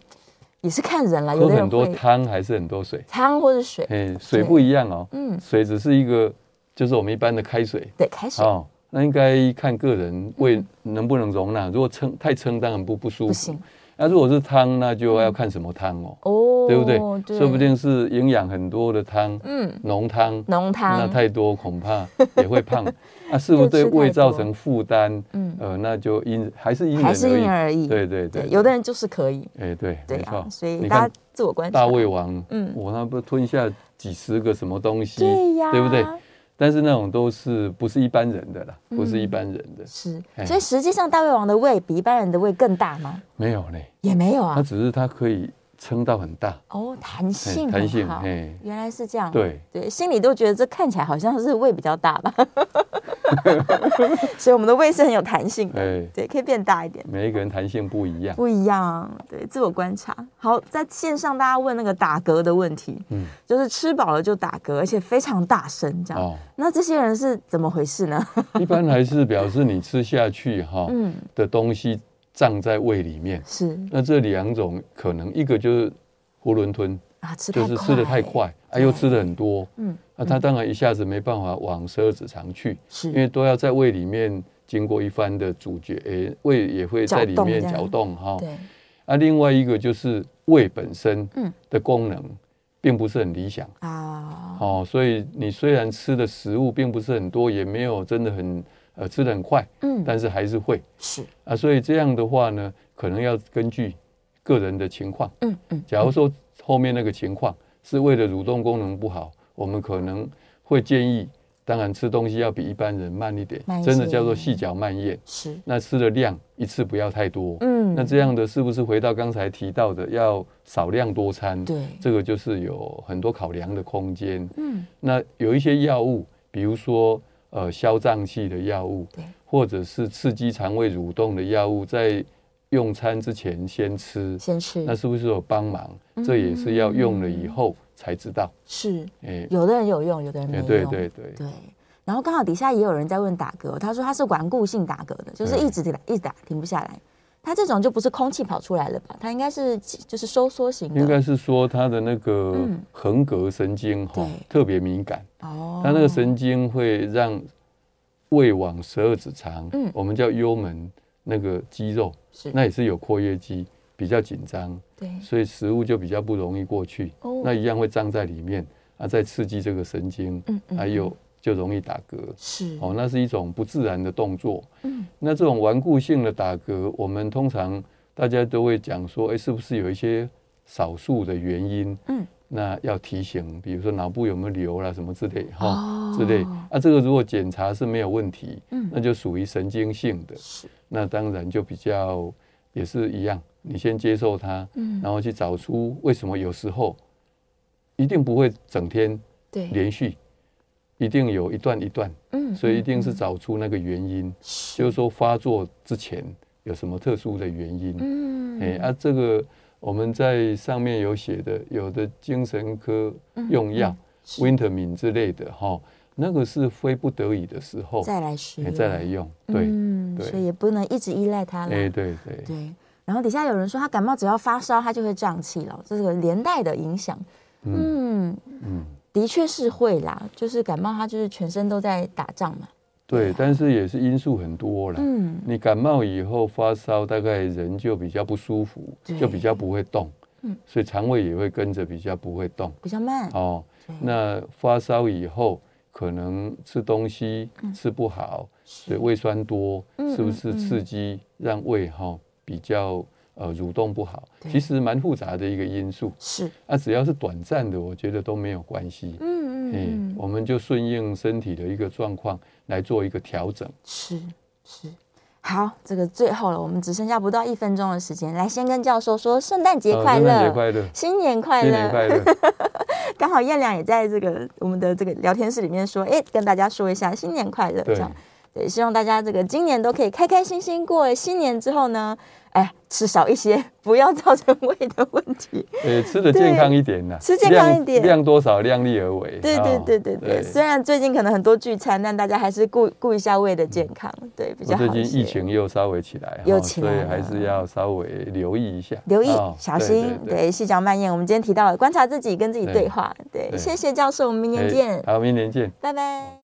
S2: 也是看人啊啦。有
S3: 喝
S2: 的
S3: 很
S2: 人
S3: 多
S2: 会
S3: 汤还是很多水，
S2: 汤或者水，
S3: 哎，水不一样哦，
S2: 嗯，
S3: 水只是一个，就是我们一般的开水，
S2: 对，开水
S3: 哦，那应该看个人胃能不能容纳。如果撑太撑，当然不不舒
S2: 嗯不
S3: 服
S2: 行。
S3: 那如果是汤，那就要看什么汤哦，
S2: 哦，
S3: 对不对？说不定是营养很多的汤，
S2: 嗯，
S3: 浓汤，
S2: 浓
S3: 那
S2: 汤
S3: 太多 恐怕也会胖。那是不是对
S2: 又吃太多
S3: 胃造成负担？
S2: 嗯
S3: 呃，那就因还是因人
S2: 还是因人
S3: 而
S2: 而
S3: 异。
S2: 异。
S3: 对对对，
S2: 有的人就是可以，
S3: 哎对，
S2: 对
S3: 没
S2: 啊
S3: 错，。
S2: 所以
S3: 你
S2: 大
S3: 看
S2: 家自我观察。
S3: 大胃王，
S2: 嗯
S3: 嗯，我那不吞下几十个什么东西，
S2: 对呀，
S3: 对不对？？但是那种都是不是一般人的啦，不是一
S2: 嗯
S3: 般人的。
S2: 是，
S3: 哎
S2: 所以实际上大胃王的胃比一般人的胃更大吗？
S3: 没有嘞，
S2: 也没有
S3: 它
S2: 啊。
S3: 只是它可以撑到很大，
S2: 哦，弹
S3: 哎
S2: 性
S3: 弹
S2: 很
S3: 性，
S2: 好，啊
S3: 哎，
S2: 原来是这样。
S3: 对，
S2: 对，心里都觉得这看起来好像是胃比较大吧， 所以我们的胃是很有弹性的，
S3: 哎，
S2: 对，可以变大一点，
S3: 每一个人弹性不一样，
S2: 不一样。对，自我观察。好，在线上大家问那个打嗝的问题，
S3: 嗯，
S2: 就是吃饱了就打嗝，而且非常大声这样。
S3: 哦，
S2: 那这些人是怎么回事呢？
S3: 一般还是表示你吃下去哈
S2: 嗯，
S3: 的东西胀在胃里面。
S2: 是
S3: 那这两种可能，一个就是囫囵吞，
S2: 啊，吃
S3: 就
S2: 太
S3: 是
S2: 快，
S3: 吃的太，快，哎，
S2: 对
S3: 又吃的很多，
S2: 嗯，
S3: 那它当然一下子没办法往十二指肠去，
S2: 是，
S3: 因为都要在胃里面经过一番的咀嚼，哎，胃也会在里面
S2: 搅
S3: 搅动哈。
S2: 对，
S3: 啊，另外一个就是胃本身
S2: 嗯
S3: 的功能并不是很理想、
S2: 啊，
S3: 哦，所以你虽然吃的食物并不是很多，也没有真的很呃吃的很快，
S2: 嗯，
S3: 但是还是会
S2: 是，
S3: 啊，所以这样的话呢，可能要根据个人的情况，
S2: 嗯嗯，
S3: 假如说后面那个情况是为了蠕动功能不好，我们可能会建议。当然，吃东西要比一般人慢一点，
S2: 慢一些
S3: 真的叫做细嚼慢咽。
S2: 是，
S3: 那吃的量一次不要太多，
S2: 嗯，
S3: 那这样的是不是回到刚才提到的要少量多餐？
S2: 对
S3: 这个就是有很多考量的空间。
S2: 嗯，
S3: 那有一些药物，比如说呃消胀气的药物，
S2: 对，
S3: 或者是刺激肠胃蠕动的药物，在用餐之前先吃，
S2: 先吃
S3: 那是不是有帮忙？
S2: 嗯
S3: 这也是要用了以后才知道。
S2: 是，
S3: 哎、
S2: 有的人有用，有的人没
S3: 哎
S2: 用，
S3: 对对对，
S2: 嗯对然后刚好底下也有人在问打嗝，他说他是顽固性打嗝的，就是一直打一直打停不下来。他这种就不是空气跑出来了吧？他应该是就是收缩型的，
S3: 应该是说它的那个
S2: 嗯
S3: 横膈神经哈、
S2: 对
S3: 特别敏感。
S2: 哦，
S3: 它那个神经会让胃往十二指肠，
S2: 嗯
S3: 我们叫幽门那个肌肉，
S2: 是
S3: 那也是有括约肌，比较紧张，
S2: 对
S3: 所以食物就比较不容易过去，
S2: 哦
S3: 那一样会胀在里面啊，再刺激这个神经，
S2: 嗯嗯
S3: 还有就容易打嗝。
S2: 是
S3: 哦，那是一种不自然的动作。
S2: 嗯，
S3: 那这种顽固性的打嗝，我们通常大家都会讲说，哎、是不是有一些少数的原因？
S2: 嗯，
S3: 那要提醒，比如说脑部有没有瘤啦，什么之类哈、
S2: 哦
S3: 之类。啊，这个如果检查是没有问题，
S2: 嗯
S3: 那就属于神经性的，
S2: 是
S3: 那当然就比较也是一样，你先接受它，
S2: 嗯，
S3: 然后去找出为什么有时候一定不会整天
S2: 对，
S3: 连续，一定有一段一段，
S2: 嗯
S3: 所以一定
S2: 嗯
S3: 是找出那个原因，
S2: 是，
S3: 就是说发作之前有什么特殊的原因。
S2: 嗯，
S3: 哎、啊，这个我们在上面有写的，有的精神科用药、
S2: 嗯是
S3: w i n t e r m i n 之类的哈，那个是非不得已的时候
S2: 再来使
S3: 哎
S2: 用，
S3: 再来用，对，
S2: 嗯，
S3: 对
S2: 所以也不能一直依赖它
S3: 哎、
S2: 了，
S3: 对对
S2: 对。然后底下有人说，他感冒只要发烧，他就会胀气了，这个连带的影响。
S3: 嗯
S2: 嗯，
S3: 嗯，
S2: 的确是会啦，就是感冒，他就是全身都在打仗嘛。
S3: 对，但是也是因素很多啦。
S2: 嗯，
S3: 你感冒以后发烧，大概人就比较不舒服
S2: 对，
S3: 就比较不会动，
S2: 嗯
S3: 所以肠胃也会跟着比较不会动。
S2: 比较慢。
S3: 哦，
S2: 对
S3: 那发烧以后可能吃东西吃不好，所以胃酸多，
S2: 嗯
S3: 是不
S2: 嗯
S3: 是
S2: 嗯
S3: 刺激让胃哈、比较呃蠕动不好？
S2: 对
S3: 其实蛮复杂的一个因素。
S2: 是，
S3: 啊，只要是短暂的，我觉得都没有关系。
S2: 嗯嗯
S3: 嗯，
S2: 嗯，
S3: 我们就顺应身体的一个状况来做一个调整。
S2: 是是。好，这个最后了，我们只剩下不到一分钟的时间，来先跟教授说圣诞节
S3: 啊
S2: 快
S3: 圣诞
S2: 乐，
S3: 节快乐，
S2: 新年快
S3: 新年
S2: 乐。
S3: 快乐。
S2: 刚好燕良也在这个我们的这个聊天室里面说，哎，跟大家说一下新年快乐，这
S3: 对
S2: 样。对，希望大家这个今年都可以开开心心过了新年之后呢，哎，吃少一些，不要造成胃的问题。
S3: 呃，吃的健康一点呐，
S2: 吃健康
S3: 量
S2: 一点
S3: 量多少量力而为。
S2: 对对
S3: 啊
S2: 对对对，虽然最近可能很多聚餐，但大家还是顾顾一下胃的健康，对比较
S3: 我
S2: 好
S3: 嗯哦最
S2: 一些。
S3: 近疫情又稍微起来，
S2: 又
S3: 哈
S2: 起
S3: 所
S2: 来
S3: 以还
S2: 了
S3: 是要稍微留意一下，
S2: 留意、
S3: 哦
S2: 小心，
S3: 对对
S2: 对细嚼慢咽。我们今天提到了观察自己，跟自己
S3: 对
S2: 对话，对，
S3: 对
S2: 谢谢教授，我们明
S3: 对哎
S2: 年见，
S3: 好，明年见。
S2: 拜拜。